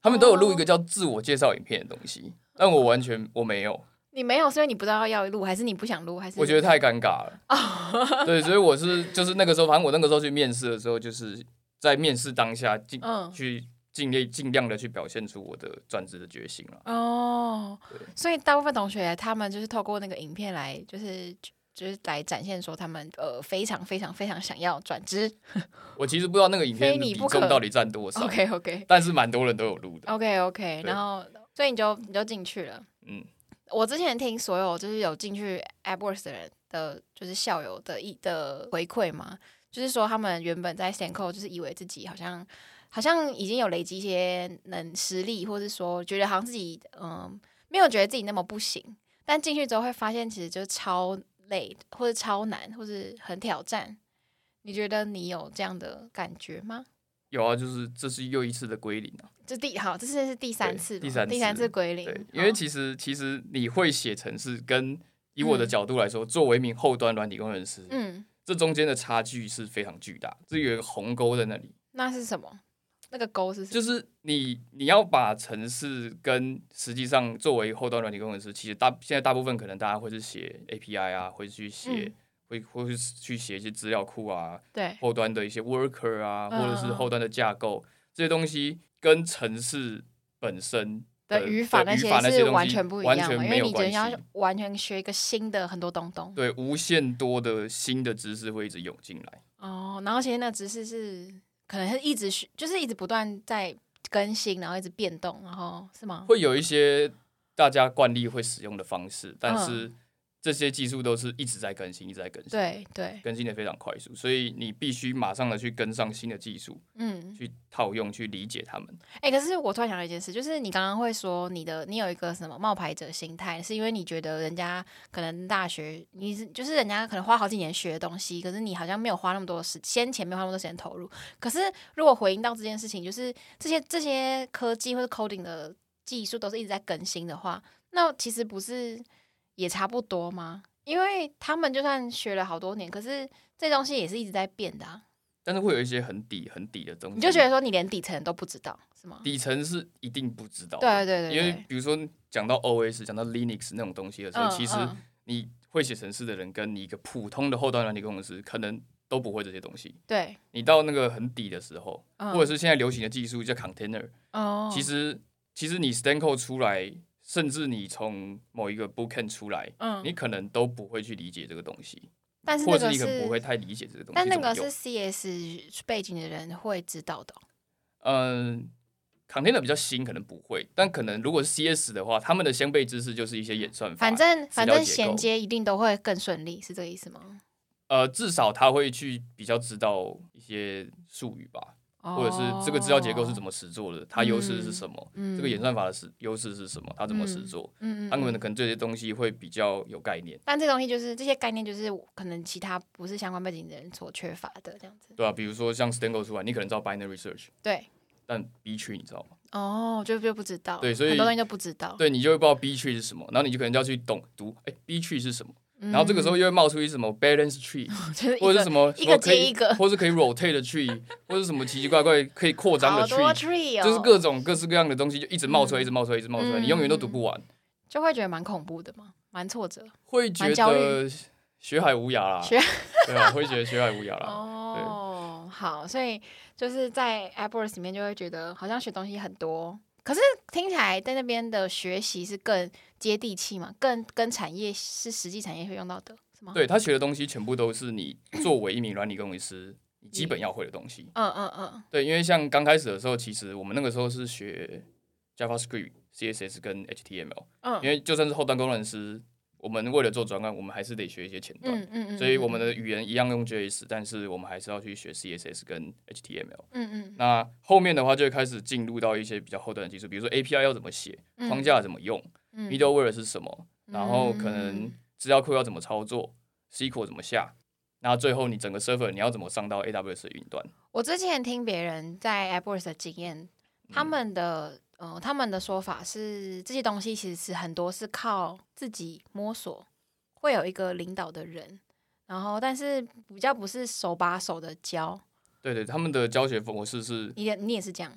他们都有录一
哦
个叫自我介绍影片的东西，但我完全我没有，
你没有，所以你不知道要录，还是你不想录，还是
我觉得太尴尬了。
哦
对，所以我是就是那个时候，反正我那个时候去面试的时候，就是在面试当下尽
嗯
去尽力尽量的去表现出我的转职的决心了。
哦
对，
所以大部分同学他们就是透过那个影片来，就是就是来展现说他们呃非常非常非常想要转职。
我其实不知道那个影
非
片的
你
比
不
重
可
到底占多少，
OK 哦 OK
但是啊蛮多人都有录的。
OK OK，
对
然后所以你就你就进去了。
嗯，
我之前听所有就是有进去 AdWords 的人的，就是校友的意的回馈嘛，就是说他们原本在 s t a n c o 就是以为自己好像好像已经有累积一些能实力，或是说觉得好像自己嗯没有觉得自己那么不行，但进去之后会发现其实就是超累，或是超难，或是很挑战。你觉得你有这样的感觉吗？
有啊，就是这是又一次的归零啊。
这第好，这是是第三
对
次嘛，
第三
第三
次
次归零
对，，因
好
为其实其实你会写程式，跟以我的
嗯
角度来说，作为一名后端软体工程师，
嗯，
这中间的差距是非常巨大，这有一个鸿沟在那里。
那是什么？那个勾是什么？
就是你你要把程式跟实际上作为后端软体工程师，其实大现在大部分可能大家会是写 API 啊，会去写、
嗯
会会去去写一些资料库啊，
对，
后端的一些 worker 啊，
嗯
或者是
嗯
后端的架构这些东西，跟程式本身
的
呃
语法那
语
些
法那些
是
东西
完全不一
完
样
全
的，因
没
为
有
你觉得
关
要
系
完全学一个新的很多东东
对无限多的新的知识会一直涌进来。
哦，然后其实那只是是可能是一直学，就是一直不断在更新，然后一直变动，然后是吗？
会有一些大家惯例会使用的方式，但是这些技术都是一直在更新，一直在更新，，
嗯对对，
更新的非常快速，所以你必须马上的去跟上新的技术，
嗯，
去套用，去理解他们。
哎、可是我突然想到一件事，就是你刚刚会说你的你有一个什么冒牌者心态，是因为你觉得人家可能大学你是就是人家可能花好几年学的东西，可是你好像没有花那么多的时先前没有花那么多时间投入。可是如果回应到这件事情，就是这些这些科技或者 coding 的技术都是一直在更新的话，那其实不是也差不多吗？因为他们就算学了好多年，可是这东西也是一直在变的、啊，
但是会有一些很底很底的东西，
你就觉得说你连底层都不知道是吗？
嗯底层是一定不知道
对
的，
对对对，
因为比如说讲到 OS、讲到 Linux 那种东西的时候，
嗯
其实
嗯
你会写程式的人跟你一个普通的后端软体工程师可能都不会这些东西。
对，
你到那个很底的时候，
嗯
或者是现在流行的技术叫 container，
哦，
其实其实你 Stanco 出来，甚至你从某一个 Bootcamp 出来，
嗯
你，可能都不会去理解这个东西，
但是
或
那
者
个
是你可能
是，
不会太理解这个东西
但
怎么
那
用。
个是 CS 背景的人会知道的哦。
嗯。Container 比较新，可能不会，但可能如果是 CS 的话，他们的先辈知识就是一些演算法，
反正反正
啊资料结构
衔接一定都会更顺利，是这个意思吗？
呃，至少他会去比较知道一些术语吧，或者是这个资料结构是怎
么，
么实做的，它优势是什么，
哦嗯
这个演算法的实优势是什么，它怎么实做，
嗯，嗯
他们
嗯
可能对这些东西会比较有概念，
但这东西就是这些概念，就是可能其他不是相关背景的人所缺乏的这样子。
对吧、啊比如说像 Stango 出来，你可能知道 binary search，
对，
但 B tree 你知道吗？
哦，就就不知道，
对所以
很多东西都不知道。
对，你就会不知道 B tree 是什么，然后你就可能就要去懂读，哎、b tree 是什么，
嗯，
然后这个时候又会冒出一些什么 balance tree，
就是一
或者
个
是什么
一
什么
个
可
接
以
一个，
或是可以 rotate 的 tree，或 是什么奇奇怪怪可以扩张的
好
tree，
多 tree 哦，
就是各种各式各样的东西就一直冒出来，
嗯
一直冒出来，一直冒出来，
嗯
你永远都读不完，
就会觉得蛮恐怖的嘛，蛮挫折。
会觉
焦
得学海无涯啦，
学
对啊，会觉得学海无涯啦。
哦，好，所以就是在 AppWorks 里面就会觉得好像学东西很多，可是听起来在那边的学习是更接地气嘛，更跟产业是实际产业会用到的，是吗？，
对他学的东西全部都是你作为一名软体工程师你基本要会的东西。
嗯嗯嗯，
对，因为像刚开始的时候，其实我们那个时候是学 JavaScript、CSS 跟 HTML，
嗯
因为就算是后端工程师，我们为了做专案，我们还是得学一些前端。
嗯嗯嗯，
所以我们
的
的语言一样用 JS，但是我们还是要去学 CSS 跟 HTML。
嗯嗯
那后面的话就会开始进入到一些比较后端的技术，比如说 API 要怎么写，
嗯
框架怎么用、
嗯
m i d d l e w a r e 是什么，然后可
嗯
能资料库要怎么操作，SQL 怎么下，那最后你整个 server 你要怎么上到 AWS 的云端？
我之前听别人在 AppWorks 的经验，他
嗯
们的、呃他们的说法是，这些东西其实是很多是靠自己摸索，会有一个领导的人，然后但是比较不是手把手的教。
对对，他们的教学模式是
你也你也是这样，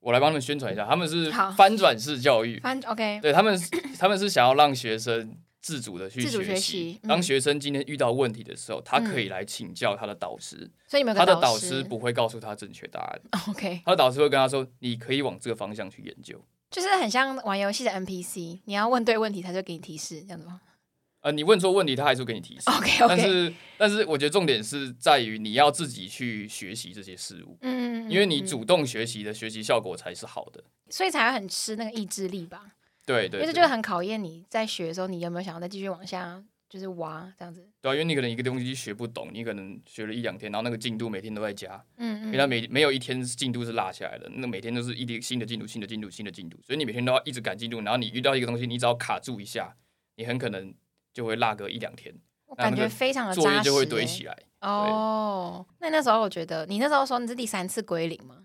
我来帮他们宣传一下，他们是
好
翻转式教育，
反正 OK，
对他们是他们是想要让学生。自主的去
自主学习
习，
嗯
当学生今天遇到问题的时候，他可以来请教他的导师，
所以你们有
他
个
的导
师
师不会告诉他正确答案，
OK，
他的导师会跟他说：“你可以往这个方向去研究。”
就是很像玩游戏的 NPC，你要问对问题，他就给你提示，这样子吗
呃，你问错问题，他还是会给你提示。
？OK
但
OK，
是，但是我觉得重点是在于你要自己去学习这些事物，
嗯
因为你，
嗯嗯
主动学习的学习效果才是好的。
嗯所以才会很吃那个意志力吧。
对对
因为
对，
这就是很考验你在学的时候，你有没有想要再继续往下就是挖这样子。
对啊，因为你可能一个东西学不懂，你可能学了一两天，然后那个进度每天都在加，
嗯
因
嗯，
为它每没有一天进度是落下来的，那每天都是一点新的进度、新的进度、新的进度，所以你每天都要一直赶进度，然后你遇到一个东西，你只要卡住一下，你很可能就会落个一两天，
我
那那
感觉
个
非常的
作
啊扎实、
业
欸
就会堆起来。
哦，那那时候我觉得，你那时候说你是第三次归零嘛？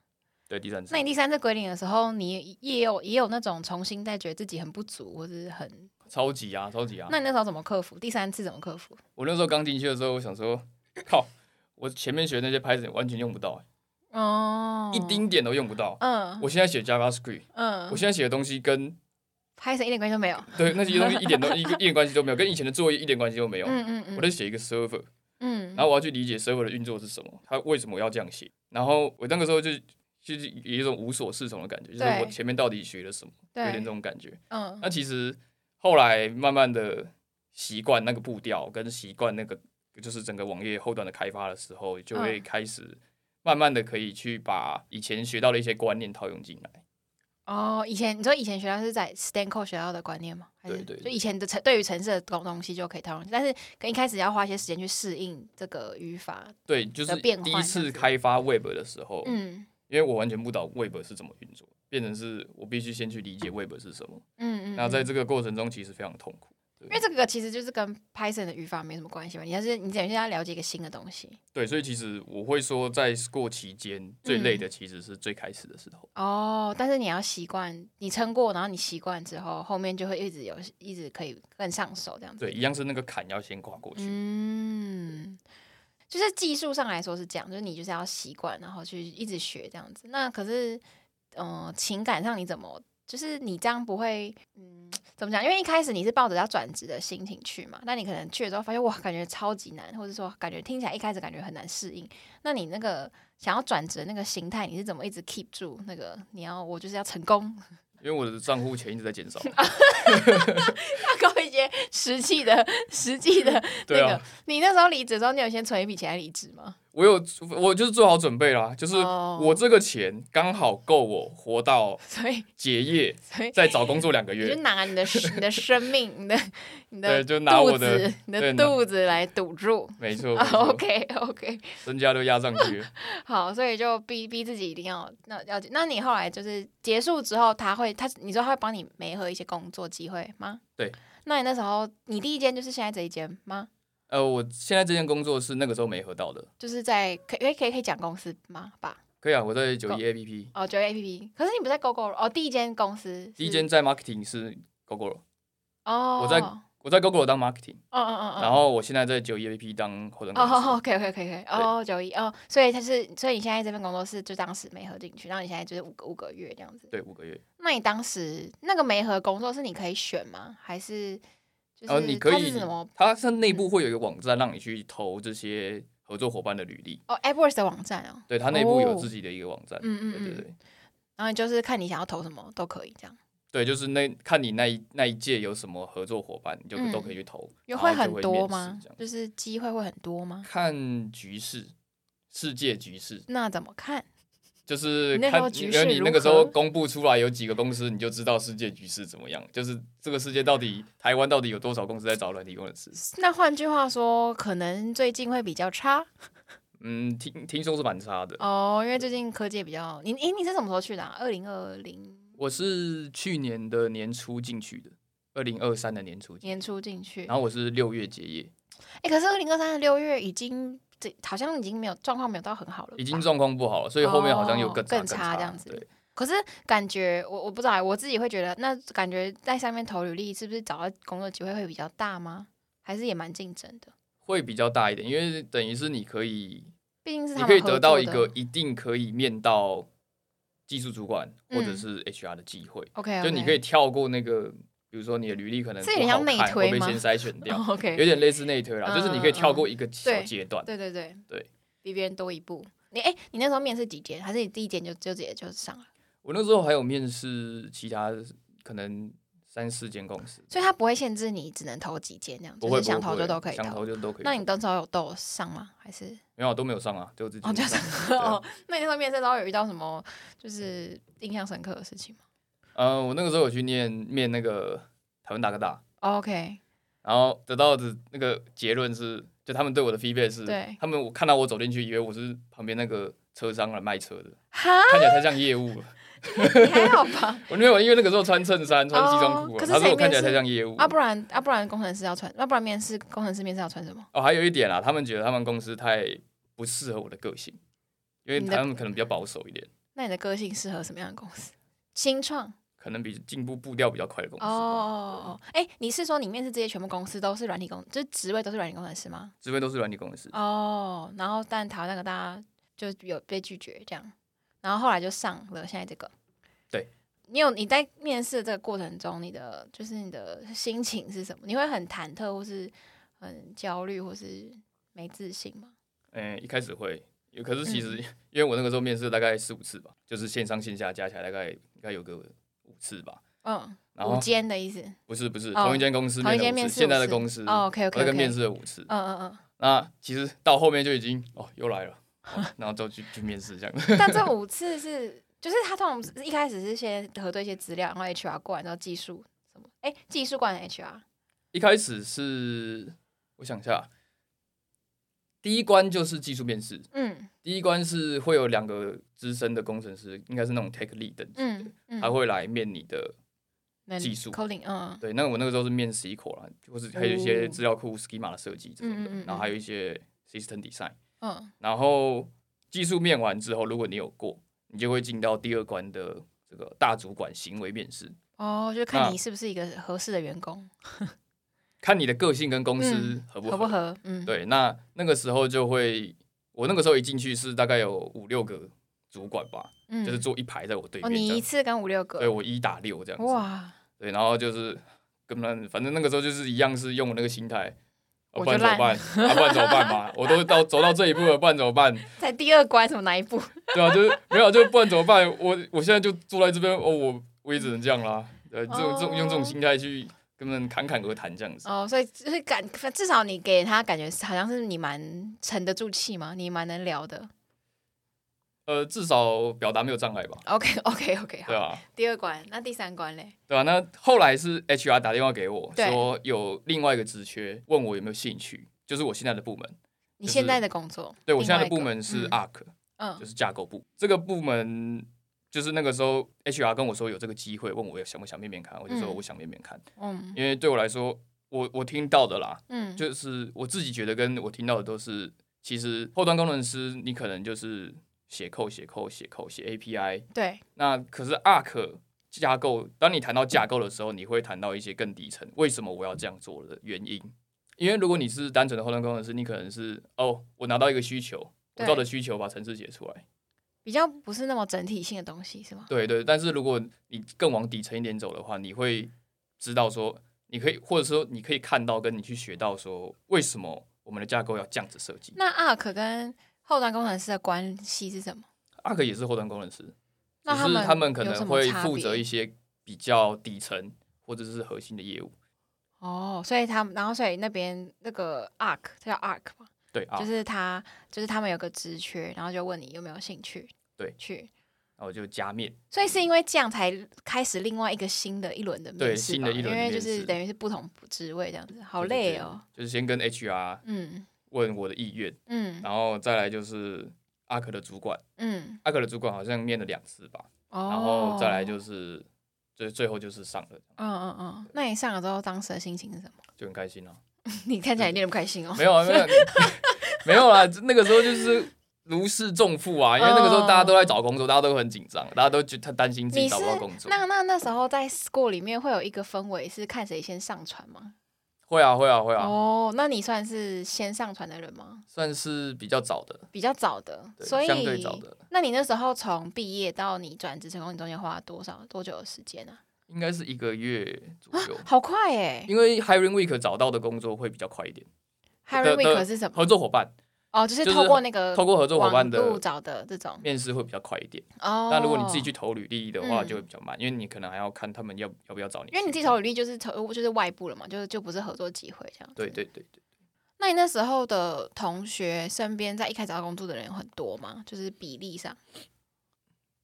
对，第三次
那你第三次归零的时候，你也有也有那种重新再觉得自己很不足或者是很……
超级啊，超级啊！
那你那时候怎么克服？第三次怎么克服？
我那时候刚进去的时候，我想说，靠，我前面学那些 Python 完全用不到，欸
哦，
一，丁点都用不到。
嗯
我现在写 JavaScript，
嗯
我，现在写的东西跟
拍成一点关系都没有。
对那些东西一点都一个一点关系都没有，跟以前的作业一点关系都没有。
嗯嗯嗯，
我在写一个 server，
嗯，
然后我要去理解 server 的运作是什么，它为什么要这样写。然后我那个时候就就是有一种无所适从的感觉，就是
对
我前面到底学了什么，有点这
对，
种感觉。
嗯
那其实后来慢慢的习惯那个步调，跟习惯那个就是整个网页后端的开发的时候，就
嗯
会开始慢慢的可以去把以前学到的一些观念套用进来。
哦，以前你说以前学到是在 Stanco 学到的观念吗？还是
对对
就
对
以前的城对于城市的东东西就可以套用，但是可能一开始要花一些时间去适应这个语法。
对，就是
的变化
第一
这
次
样子
开发 Web 的时候，
嗯
因为我完全不懂 Web 是怎么运作，变成是我必须先去理解 Web 是什么。
嗯嗯。
那在
嗯
这个过程中，其实非常痛苦。
因为这个其实就是跟 Python 的语法没什么关系嘛，你要是你等于是要了解一个新的东西
对，所以其实我会说，在过期间最累
嗯
的其实是最开始的时候。
哦，但是你要习惯，你撑过，然后你习惯之后，后面就会一直有一直可以更上手这样子。
对，一样是那个坎要先跨过去。
嗯，就是技术上来说是这样，就是你就是要习惯，然后去一直学这样子。那可是，嗯、情感上你怎么，就是你这样不会，嗯，怎么讲？因为一开始你是抱着要转职的心情去嘛，那你可能去了之后发现哇，感觉超级难，或者说感觉听起来一开始感觉很难适应。那你那个想要转职的那个心态，你是怎么一直 keep 住那个？你要我就是要成功，
因为我的账户钱一直在减少。
啊要搞一些实际的、实际的那
对
个。
啊，
你那时候离职的时候，你有先存一笔钱来离职吗？
我有，我就是做好准备啦，就是
哦
我这个钱刚好够我活到
所以
结业，
所以
再找工作两个
你就
月。
拿你的你的生命、你的你的
对就拿我
肚
的
子、你的
对
肚子来堵住。
没错，没错
OK OK，
身家都压上去了。
好，所以就逼逼自己一定要那要。那你后来就是结束之后，他会他你说他会帮你媒合一些工作机会吗？
对。
那你那时候你第一间就是现在这一间吗？
呃，我现在这件工作是那个时候没合到的。
就是在可以可以可以讲公司吗？吧？
可以啊，我在九一 A P P，
哦，九 A P P，可是你不在 GoGo 哦，第一间公司是
第一间在 marketing 是 Google，
哦，
我在
哦
我在 Google 当 marketing，
哦哦，
然后我现在在九一 A P P 当后端
哦
公司。
好，OK OK OK，哦，九一哦，所以他是，所以你现在这份工作室就当时没合进去，然后你现在就是五个五个月这样子。
对，五个月。
那你当时那个没合工作是你可以选吗？还是就是
呃然后你可
它是
以
什么？，嗯
它是内部会有一个网站让你去投这些合合作伙伴的履历。
哦，AdWords 的网站哦，
对，它内部有
哦
自己的一个网站。
嗯嗯
对对
嗯
对。
然后就是看你想要投什么都可以这样，
对，就是那看你那一那一届有什么合作伙伴，你就
嗯
都可以去投。
有
然
会
后就
很
面
多
试
吗
这？样
就是机会会很多吗？
看局势，世界局势，
那怎么看？
就是
你那时
看
候局
因为
势
你那
如
个时候
何
公布出来有几个公司，你就知道世界局势怎么样。就是这个世界到底台湾到底有多少公司在找软体工程师？
那换句话说，可能最近会比较差
嗯，听听说是蛮差的。
哦，因为最近科技也比较……你诶，你是什么时候去的、啊？二零二零
我是去年的年初进去的，二零二三的年初进去，
年初进去，
然后我是六月结业，
诶，可是二零二三的六月已经这好像已经没有状况，没有到很好了吧，
已经状况不好了，所以后面好像又
哦
更差
更差
差
这样子
对，
可是感觉我我不知道欸，我自己会觉得，那感觉在上面投履历，是不是找到工作机会会比较大吗？还是也蛮竞争的？
会比较大一点，因为等于是你可以
毕竟是
你
他们
可以
合
得到
作
一
的
个一定可以面到技术主管或者
嗯
是 HR 的机会，
OK，, o
就 你可以跳过那个，比如说你的履历可能
这有点
不好
像内
看
推
会被
吗哦
先筛 选掉，
o k
有点类似内推啦，就是你可以跳过一个小
嗯对
阶段。啊
对对对
对，
比别人多一步。你哎、你那时候面试几间？还是你第一间就就直接就上了？
我那时候还有面试其他可能三四间公司，
所以他不会限制你只能投几间这样，
不
就
会
是
不会
想投
不
就
会
都可以
想投
投。
就都可以投。
那你当时候有都有上吗？还是
没有啊都没有上啊，就自己
哦就
没上 对
哦？那你那时候面试的时候有遇到什么就是印象深刻的事情吗
呃，我那个时候有去念面那个台湾大哥大，
哦？OK，
然后得到的那个结论是，就他们对我的 feedback 是
对，
他们我看到我走进去，以为我是旁边那个车商来卖车的，
哈，
看起来太像业务了。
你还好 吧？
我没有，因为那个时候穿衬衫、穿西装
哦
裤、啊，
可是
他说
谁
我看起来
面试
太像业务
啊，。不然啊，不然工程师要穿，要、不然面试工程师面试要穿什么？
哦，还有一点啊，他们觉得他们公司太不适合我的个性，因为
你的
他们可能比较保守一点，
那你的个性适合什么样的公司？新创
可能比进步步调比较快的公司
哦
吧。
哦，哦哎、你是说你面试这些全部公司都是软体工，就是职位都是软体工程师吗？
职位都是软体公司，
哦，然后但台湾那个大家就有被拒绝这样，然后后来就上了现在这个。
对，
你有你在面试的这个过程中，你的就是你的心情是什么？你会很忐忑，或是很焦虑，或是没自信吗？
嗯、一开始会，可是其实、
嗯
因为我那个时候面试大概四五次吧，就是线上线下加起来大概应该有个五次吧。
嗯，
然
午
后
间的意思。
不是不是，
哦
同一间公司
同一
面了
间
五
面
次
试
现在
五
的
次
公司，
哦，OK，OK，OK
我跟面试了五次。
嗯嗯
那其实到后面就已经哦又来了，哦然后就去去面试这样。
嗯。但这五次是，就是他通常是一开始是先核对一些资料，然后 HR 过来，然后技术什么？哎、技术过来 HR。
一开始是我想一下，第一关就是技术面试，
嗯
第一关是会有两个资深的工程师，应该是那种 tech lead 等级的，
嗯嗯。
他会来面你的。
能
啊技术
coding，嗯
对，那我那个时候是面 SQL 啦，或是还有一些
哦
资料库 schema 的设计这种的，
嗯嗯嗯嗯
然后还有一些 system design。
嗯
然后技术面完之后，如果你有过，你就会进到第二关的这个大主管行为面试，
哦，就看
那
你是不是一个合适的员工，
看你的个性跟公司
嗯
合不
合不合？嗯，
对，那那个时候就会，我那个时候一进去是大概有五六个主管吧，
嗯，
就是坐一排在我对
哦，
面
你
这
一
样，
次跟五六
对
个，
我一打六这样子，
哇，
对，然后就是跟他们，反正那个时候就是一样是用我那个心态。啊
我
不然
就
怎么办？啊，不然怎么办嘛？我都到走到这一步了，不然怎么办？
在第二关什么哪一步？
对啊，就是没有，就是不然怎么办？我我现在就坐在这边，哦，我我也只能这样啦。呃，这种这种用这种心态去跟他们侃侃而谈这样子。
哦，所以就是感，至少你给他感觉好像是你蛮沉得住气嘛，你蛮能聊的。
呃，至少表达没有障碍吧？
OK OK OK，好
对，啊，
第二关，那第三关嘞？
对啊。那后来是 HR 打电话给我
对
说有另外一个职缺，问我有没有兴趣，就是我现在的部门。
你
就是
现在的工作？
对我现在的
另
部
外一个
门是
嗯
ARC，、
嗯
就是架构部。这个部门就是那个时候 HR 跟我说有这个机会，问我想不想面面看，我就说
嗯
我想面面看，
嗯
因为对我来说，我我听到的啦，
嗯，
就是我自己觉得跟我听到的都是，其实后端工程师你可能就是写扣写扣写扣写 API，
对，
那可是 Arc 架构，当你谈到架构的时候，你会谈到一些更底层，为什么我要这样做的原因。因为如果你是单纯的后端工程师，你可能是哦，我拿到一个需求，我
对
照着需求把程式写出来。
比较不是那么整体性的东西是吗？
对对，但是如果你更往底层一点走的话，你会知道说，你可以或者说你可以看到跟你去学到说，为什么我们的架构要这样子设计。
那 Arc 跟后端工程师的关系是什么？
Arc 也是后端工程师，
那
只是
他
他们可
有什
能
么
会
差
负
别
责一些比较底层或者是核心的业务。
哦，所以他们，然后所以那边那个 Arc，它叫 Arc 嘛，
对啊，
就
然
是他就是他们有个职缺，然后就问你有没有兴趣，
对
去。
后就加面，
所以是因为这样才开始另外一个新的一轮的
对
面试
新
吧，
的一轮
因为
的
就
面
是
试
等于是不同职位这样子，好
对对
累
对
哦。
就是先跟 HR
嗯
问我的意愿，
嗯
然后再 来就是阿克的主管，
嗯，
阿克的主管好像面了两次吧，
哦，
然后再来就是最最后就是上了，
嗯嗯嗯，那你上了之后当时的心情是什么？
就很开心啊。
你看起来一点都不开心哦。
没有啊，没有，没有啦，那个时候就是。如释重负
哦
啊，因为那个时候大家都在找工作，大家都很紧张，大家都觉得担心自己
你是
找不到工作。
那那那时候在 school 里面会有一个氛围是看谁先上传吗？
会啊，会啊，会啊，
哦，那你算是先上传的人吗？
算是比较早的，
比较早的，
对
所以
相对早的，
那你那时候从毕业到你转职成功，你中间花了多少多久的时间啊？
应该是一个月左右。
好快哎、
因为 Hiring Week 找到的工作会比较快一点，
h i r i n g
的
Week 是什么？
合作伙伴
哦，就是
就是
透过那个
透过合作伙伴
网
的
路找的这种
面试会比较快一点。
哦。
但如果你自己去，投履历的话，
嗯
就会比较慢，因为你可能还要看他们要要不要找你。
因为你自己投履历就是投就是外部了嘛，就是就不是合作机会这样。
对。对对对，
那你那时候的同学身边在一开始找工作的人有很多吗？就是比例上，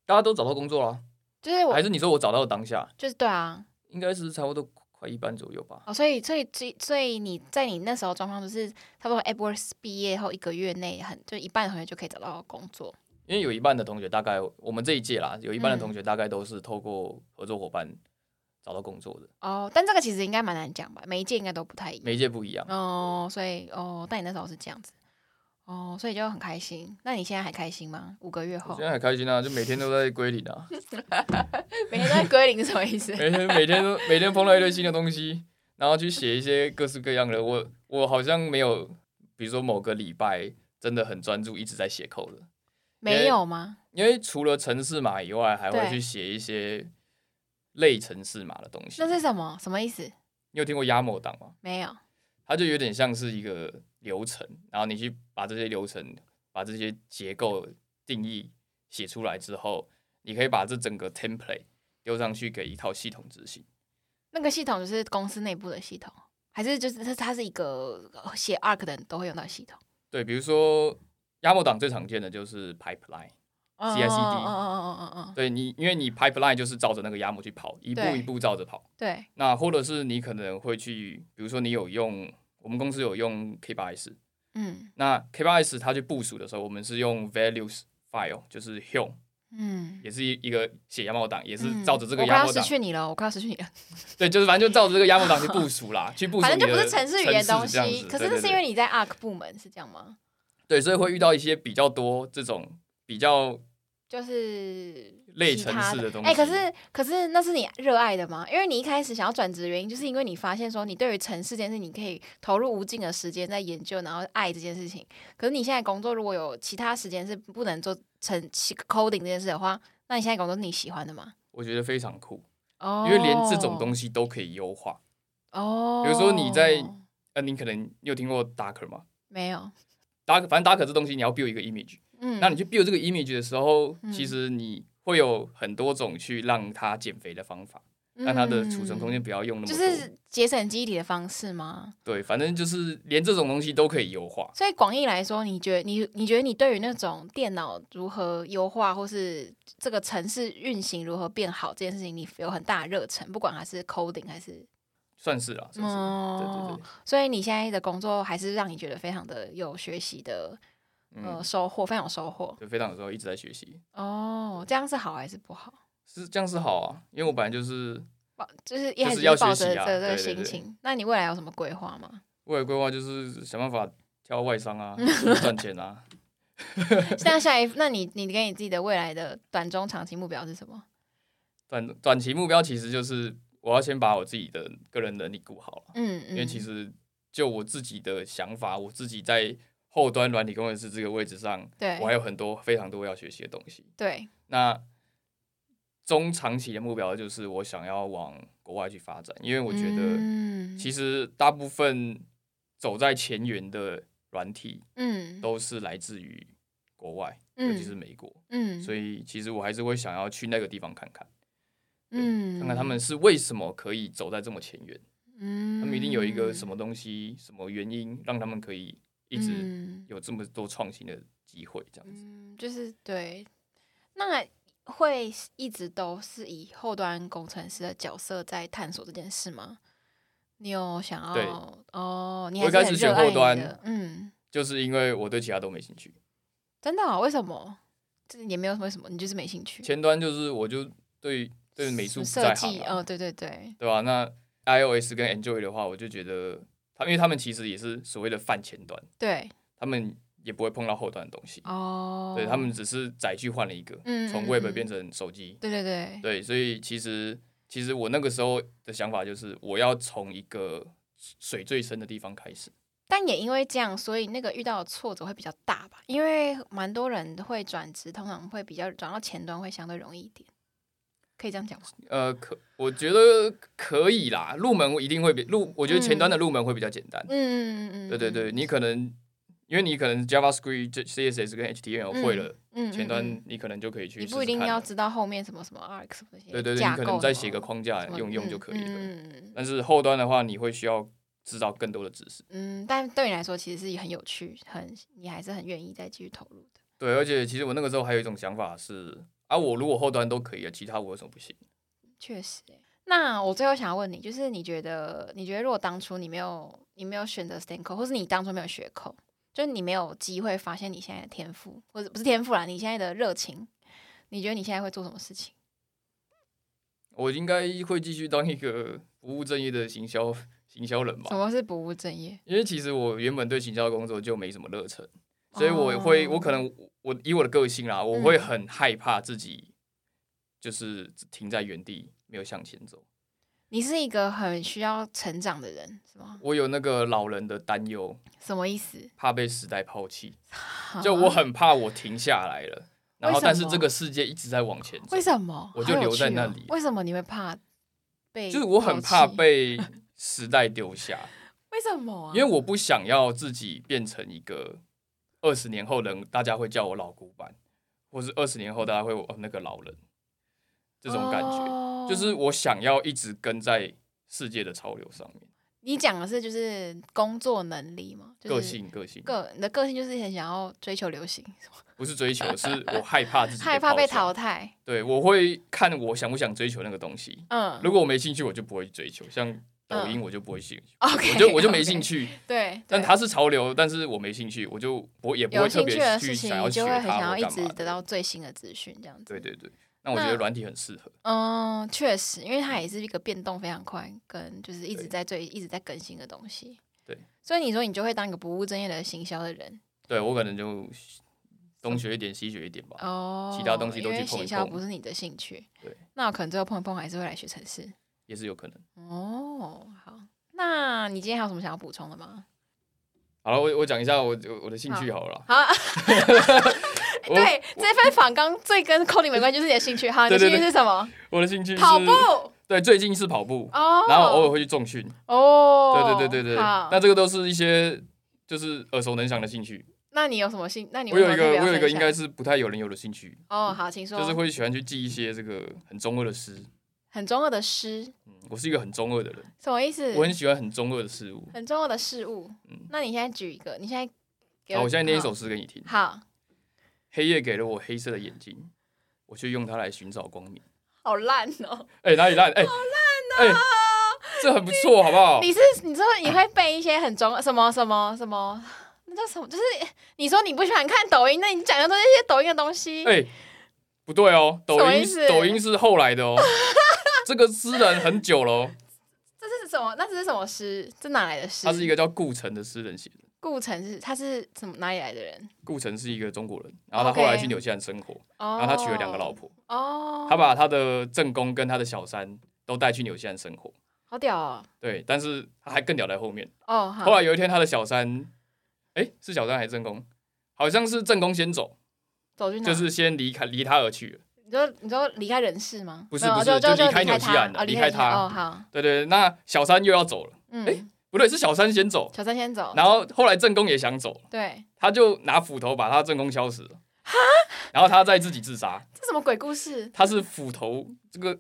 大家都找到工作了，
就是我
还是你说我找到的当下，
就是对啊，
应该是差不多快一半左右吧。
哦，所以所以所以所以你在你那时候状况就是差不多 AdWords 毕业后一个月内很，就一半的同学就可以找到工作。
因为有一半的同学大概我们这一届啦，有一半的
嗯
同学大概都是透过合作伙伴找到工作的，
哦，但这个其实应该蛮难讲吧，每一届应该都不太一样。
每一届不一样。
哦，所以哦，但你那时候是这样子，哦，所以就很开心。那你现在还开心吗？五个月
我
后
现，在很开心啊，就每天都在归零啊，
每天在归零是什么意思？
每天每天都每天碰到一堆新的东西，然后去写一些各式各样的。我我好像没有，比如说某个礼拜真的很专注一直在写扣的，
没有吗？
因为除了城市码以外，还
对
会去写一些类城市码的东西
那。是什么？什么意思？
你有听过 YAML 档吗？
没有。
它就有点像是一个流程，然后你去把这些流程、把这些结构定义写出来之后，你可以把这整个 template 丢上去给一套系统执行。
那个系统就是公司内部的系统，还是就是它它是一个呃写 ARC 的人都会用到的系统
对，比如说 YAML 档最常见的就是 pipeline，
哦
CICD
哦哦哦哦哦，
对你，因为你 pipeline 就是照着那个 YAML 去跑，一步
对
一步照着跑。
对，
那或者是你可能会去，比如说你有用我们公司有用 K8s，
嗯
那 K8s 它去部署的时候，我们是用 values file，就是 home，
嗯。
也是一一个写 YAML 档，也是
嗯
照着这个
我快要
YAML
失
档，
去你了，我快要失去你了。
对，就是反正就照着这个 YAML 档去部署 啦，去部署
反正
你的
就不是城市语言东
这样
西，
子
可是
对
那
对
是
对
因为你在 ARC 部门是这样吗？
对，所以会遇到一些比较多这种比较
就是
类
其
城
他
市
的
的东
哎、可
西
是可是那是你热爱的吗？因为你一开始想要转职的原因，就是因为你发现说你对于城市这件事，你可以投入无尽的时间在研究，然后爱这件事情。可是你现在工作如果有其他时间是不能做成 coding 这件事的话，那你现在工作是你喜欢的吗？
我觉得非常酷，
哦
因为连这种东西都可以优化。
哦，
比如说你在呃，你可能你有听过 Docker 吗
没有，
？Docker 反正 Docker 这东西你要 build 一个 image，、
嗯，
那你去 build 这个 image 的时候，
嗯
其实你会有很多种去让它减肥的方法，让它的储存空间
嗯
不要用那么
就
多。
是节省记忆体的方式吗？
对，反正就是连这种东西都可以优化。
所以广义来说，你觉得你你觉得你对于那种电脑如何优化，或是这个城市运行如何变好这件事情，你有很大的热忱，不管它是 coding 还是
算是啦，算是，对对
哦
对，
所以你现在的工作还是让你觉得非常的有学习的呃
嗯，
收获，非常有收获
就非常有时候一直在学习，
哦。这样是好还是不好？
是这样是好啊，因为我本来就是
抱就是一
就
开
是
始
要
抱
学
着
习啊
这这
对
个
对
心
对
情，那你未来有什么规划吗？
未来规划就是想办法跳外商啊，就是赚钱啊。
那下一，那你你给你自己的未来的短中长期目标是什么？
短短期目标其实就是我要先把我自己的个人能力顾好了。
嗯，
因为其
嗯
实就我自己的想法，我自己在后端软体工程师这个位置上，
对
我还有很多非常多要学习的东西。
对
那中长期的目标就是我想要往国外去发展，因为我觉得
嗯
其实大部分走在前沿的软体
嗯
都是来自于国外，尤其是
嗯
美国，
嗯，
所
以
以其实我还是会想要去那个地方看看，对
嗯，
看看他们是为什么可以走在这么前沿，
嗯，
他
他
们一定有一个什
么
么东西、什么原因让他们可以一直有这么多创新的机会，这样子。
嗯，就是对，那会是一直都是以后端工程师的角色在探索这件事吗？你有想
对
要哦？你
我
还
一
是
开
很
始
热
选后
爱你
端
的嗯，
就是因为我对其他都没兴趣，
真的、哦？为什么？这也没有为什么，你就是没兴趣。
前端就是我就对对美
什
术
么
不
设
在行、
计，
啊，
哦，对对对，
对吧、啊那 iOS 跟 Android 的话，我就觉得他因为他们其实也是所谓的泛前端，
对，
他们也不会碰到后端的东西，
哦，
对他们，只是载具换了一个
嗯，
从
嗯
Web
嗯
变成手机，
对对对，
对，所以其实其实我那个时候的想法就是我要从一个水最深的地方开始，
但也因为这样，所以那个遇到的挫折会比较大吧？因为蛮多人会转职，通常会比较转到前端会相对容易一点，可以这样讲吗？
呃，可我觉得可以啦，入门一定会比入，我觉得前端的入门会比较简单，
嗯嗯嗯，
对对对，，你可能因为你可能 JavaScript、这 CSS 跟 HTML 会了，
嗯，嗯
前端
嗯
你可能就可以去
你
试试
不一定
看
要
了
知道后面什么什么 ARC 什么那些，
对对对，你可能再写个框架用用就可以了。
嗯嗯
但是后端的话，你会需要知道更多的知识。
嗯，但对你来说其实是很有趣，很你还是很愿意再继续投入的。
对，而且其实我那个时候还有一种想法是，啊，我如果后端都可以了，啊其他我有什么不行？
确实欸。那我最后想要问你，就是你觉得，你觉得如果当初你没有你没有选择 STEM 课，或是你当初没有学扣，就是你没有机会发现你现在的天赋，或者不是天赋啦，你现在的热情，你觉得你现在会做什么事情？
我应该会继续当一个不务正业的行销 行销人
什
吧。
么是不务正业？
因为其实我原本对行销工作就没什么热忱，所以我会，我可能我以我的个性啦，我会
嗯
很害怕自己就是停在原地没有向前走。
你是一个很需要成长的人，是吗？
我有那个老人的担忧，
什么意思？
怕被时代抛弃，就我很怕我停下来了，然后
嗯为什么
但是这个世界一直在往前走
为，什么？
我就
好有
留在
趣
那
哦
里
为什么你会怕被？
就是我很怕。被时代 丢下，
为什么啊？
因为我不想要自己变成一个二十年后人，大家会叫我老古板，或是二十年后大家会哦那个老人，这种感觉，
哦
就是我想要一直跟在世界的潮流上面，
你讲的是就是工作能力吗？就是、
个性个性，
个你的个性就是很想要追求流行，
不 是追求，是我害怕自己
害怕被淘
抛下，
汰。
对我会看我想不想追求那个东西，
嗯
如果我没兴趣，我就不会去追求。像抖音，我就不会兴趣，
，OK，
我就我就没兴。趣。
嗯 对，对
但它是潮流，但是我没兴趣，我就我也不
有
会特
兴
别
趣的
去
事情，
想要
你
学
就会很想
它
要
或
一
干
直
嘛
得
的。
到最新的资讯，这样子。
对对对，那我觉
那
得软体很适合。
嗯，确实，因为它也是一个变动非常快，跟就是一直
对
在最一直在更新的东西。
对，
所以你说你就会当一个不务正业的行销的人
对我可能就东学一点，西学一点吧。
哦，
啊其他东西都
因为
去碰一
行销
碰
不是你的兴趣。
对，
那我可能最后碰一碰还是会来学城市。
也是有可能。
哦，好，那你今天还有什么想要补充的吗？
好了，我我讲一下我我我的兴趣好了啦。
好，
我
对，这份访纲最跟 coding 没关系，就是你的兴趣。好，你的
对
兴
对
趣
对
是什么？
我的兴趣是
跑步
对，最近是跑步，
哦，
然后偶尔会去重训。
哦，
对对对对对，
好，
那这个都是一些就是耳熟能详的兴趣。
那你有什么兴？那你
我
为什么
有一个
特别要
我有一个
分
应
享
该是不太有人有的兴趣，
哦，好，请说，
就是会喜欢去记一些这个很中二的诗。
很中二的诗，
嗯，我是一个很中二的人，
什么意思？
我很喜欢很中二的事物。
很中二的事物
嗯。
那你现在举一个，你现在给
好，我现在念一首诗给你听。
好，好
黑夜给了我黑色的眼睛，我却用它来寻找光明。
好烂哦。
哎、哪里烂？哎、好烂哦、这很不错，好不好？
你是你说你会背一些很中二什么什么什么，那叫什么？就是你说你不喜欢看抖音，那你讲的都是一些抖音的东西。
哎、不对哦，抖
什么意
音
思
抖音是后来 的哦，这个诗人很久了、哦，
这是什么？那这是什么诗？这哪来的诗？
他是一个叫顾城的诗人写的。
顾城是他是怎么哪里来的人？
顾城是一个中国人，然后他后来去纽西兰生活，
哦，
啊然后他娶了两个老婆，
哦，
他把他的正宫跟他的小三都带去纽西兰生活。
好屌哦，
对，但是他还更屌在后面。
哦，
后
好，
来有一天，他的小三，哎、是小三还是正宫？好像是正宫先走，
走去哪？
就是先离开离他而去了。
你说你说离开人世吗？
不是
没有
不是
就
就
就
离开纽西兰
他
了
哦
离
离
开
他
他
哦，好，
对对，那小三又要走了，
嗯
诶，不对，是小三先走，
小三先走，
然后后来正宫也想走，
对，
他就拿斧头把他正宫敲死了，然后他再自己自杀。
这什么鬼故事？
他是斧头这个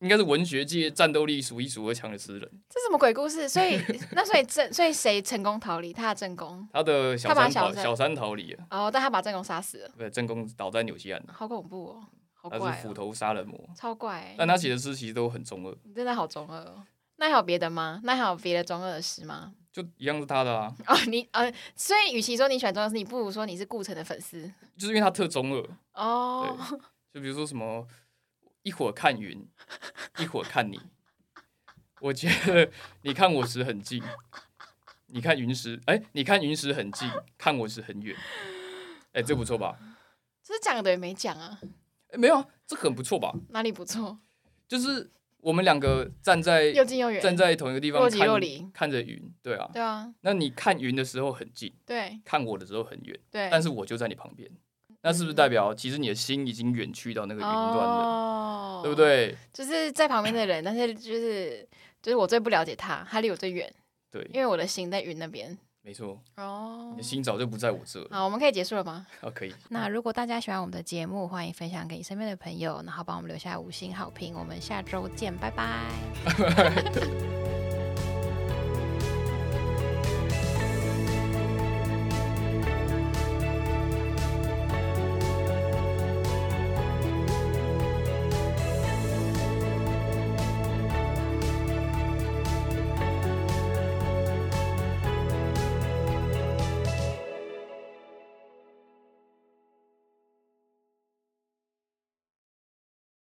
应该是文学界战斗力数一数二强的诗人，
这什么鬼故事？所 以那所以正所以谁成功逃离？他的正宫
他的小
他把
三逃
小三
小三逃离了，
哦，但他把正宫杀死了，
对，正宫倒在纽西兰，
好恐怖哦，好
他
怪
是斧
哦，
头杀人魔，
超怪欸。
但他写的诗其实都很中二，
你真的好中二哦。那还有别的吗？那还有别的中二的诗吗？
就一样是他的啊，
哦，你呃，所以与其说你喜欢中二诗，你不如说你是顾城的粉丝
就是因为他特中二，
哦。
就比如说什么一会儿看云，一会儿看你，我觉得你看我时很近，你看云时，哎、你看云时很近，看我时很远，哎、这不错吧？
这是讲的也没讲啊，
哎、没有啊，这很不错吧？
哪里不错？
就是我们两个站在
又近又远，
站在同一个地方
若即
看
若离
看着云，对啊，
对啊，
那你看云的时候很近，
对
看我的时候很远，
对。嗯
但是我就在你旁边，那是不是代表其实你的心已经远去到那个云端了，
哦
对不？对？
就是在旁边的人，但是就是就是我最不了解他，他离我最远，
对，
因为我的心在云那边。
没错，
哦
你的心早就不在我这了。
好，我们可以结束了吗？
啊，可以。
那如果大家喜欢我们的节目，欢迎分享给你身边的朋友，然后帮我们留下五星好评。我们下周见，拜拜。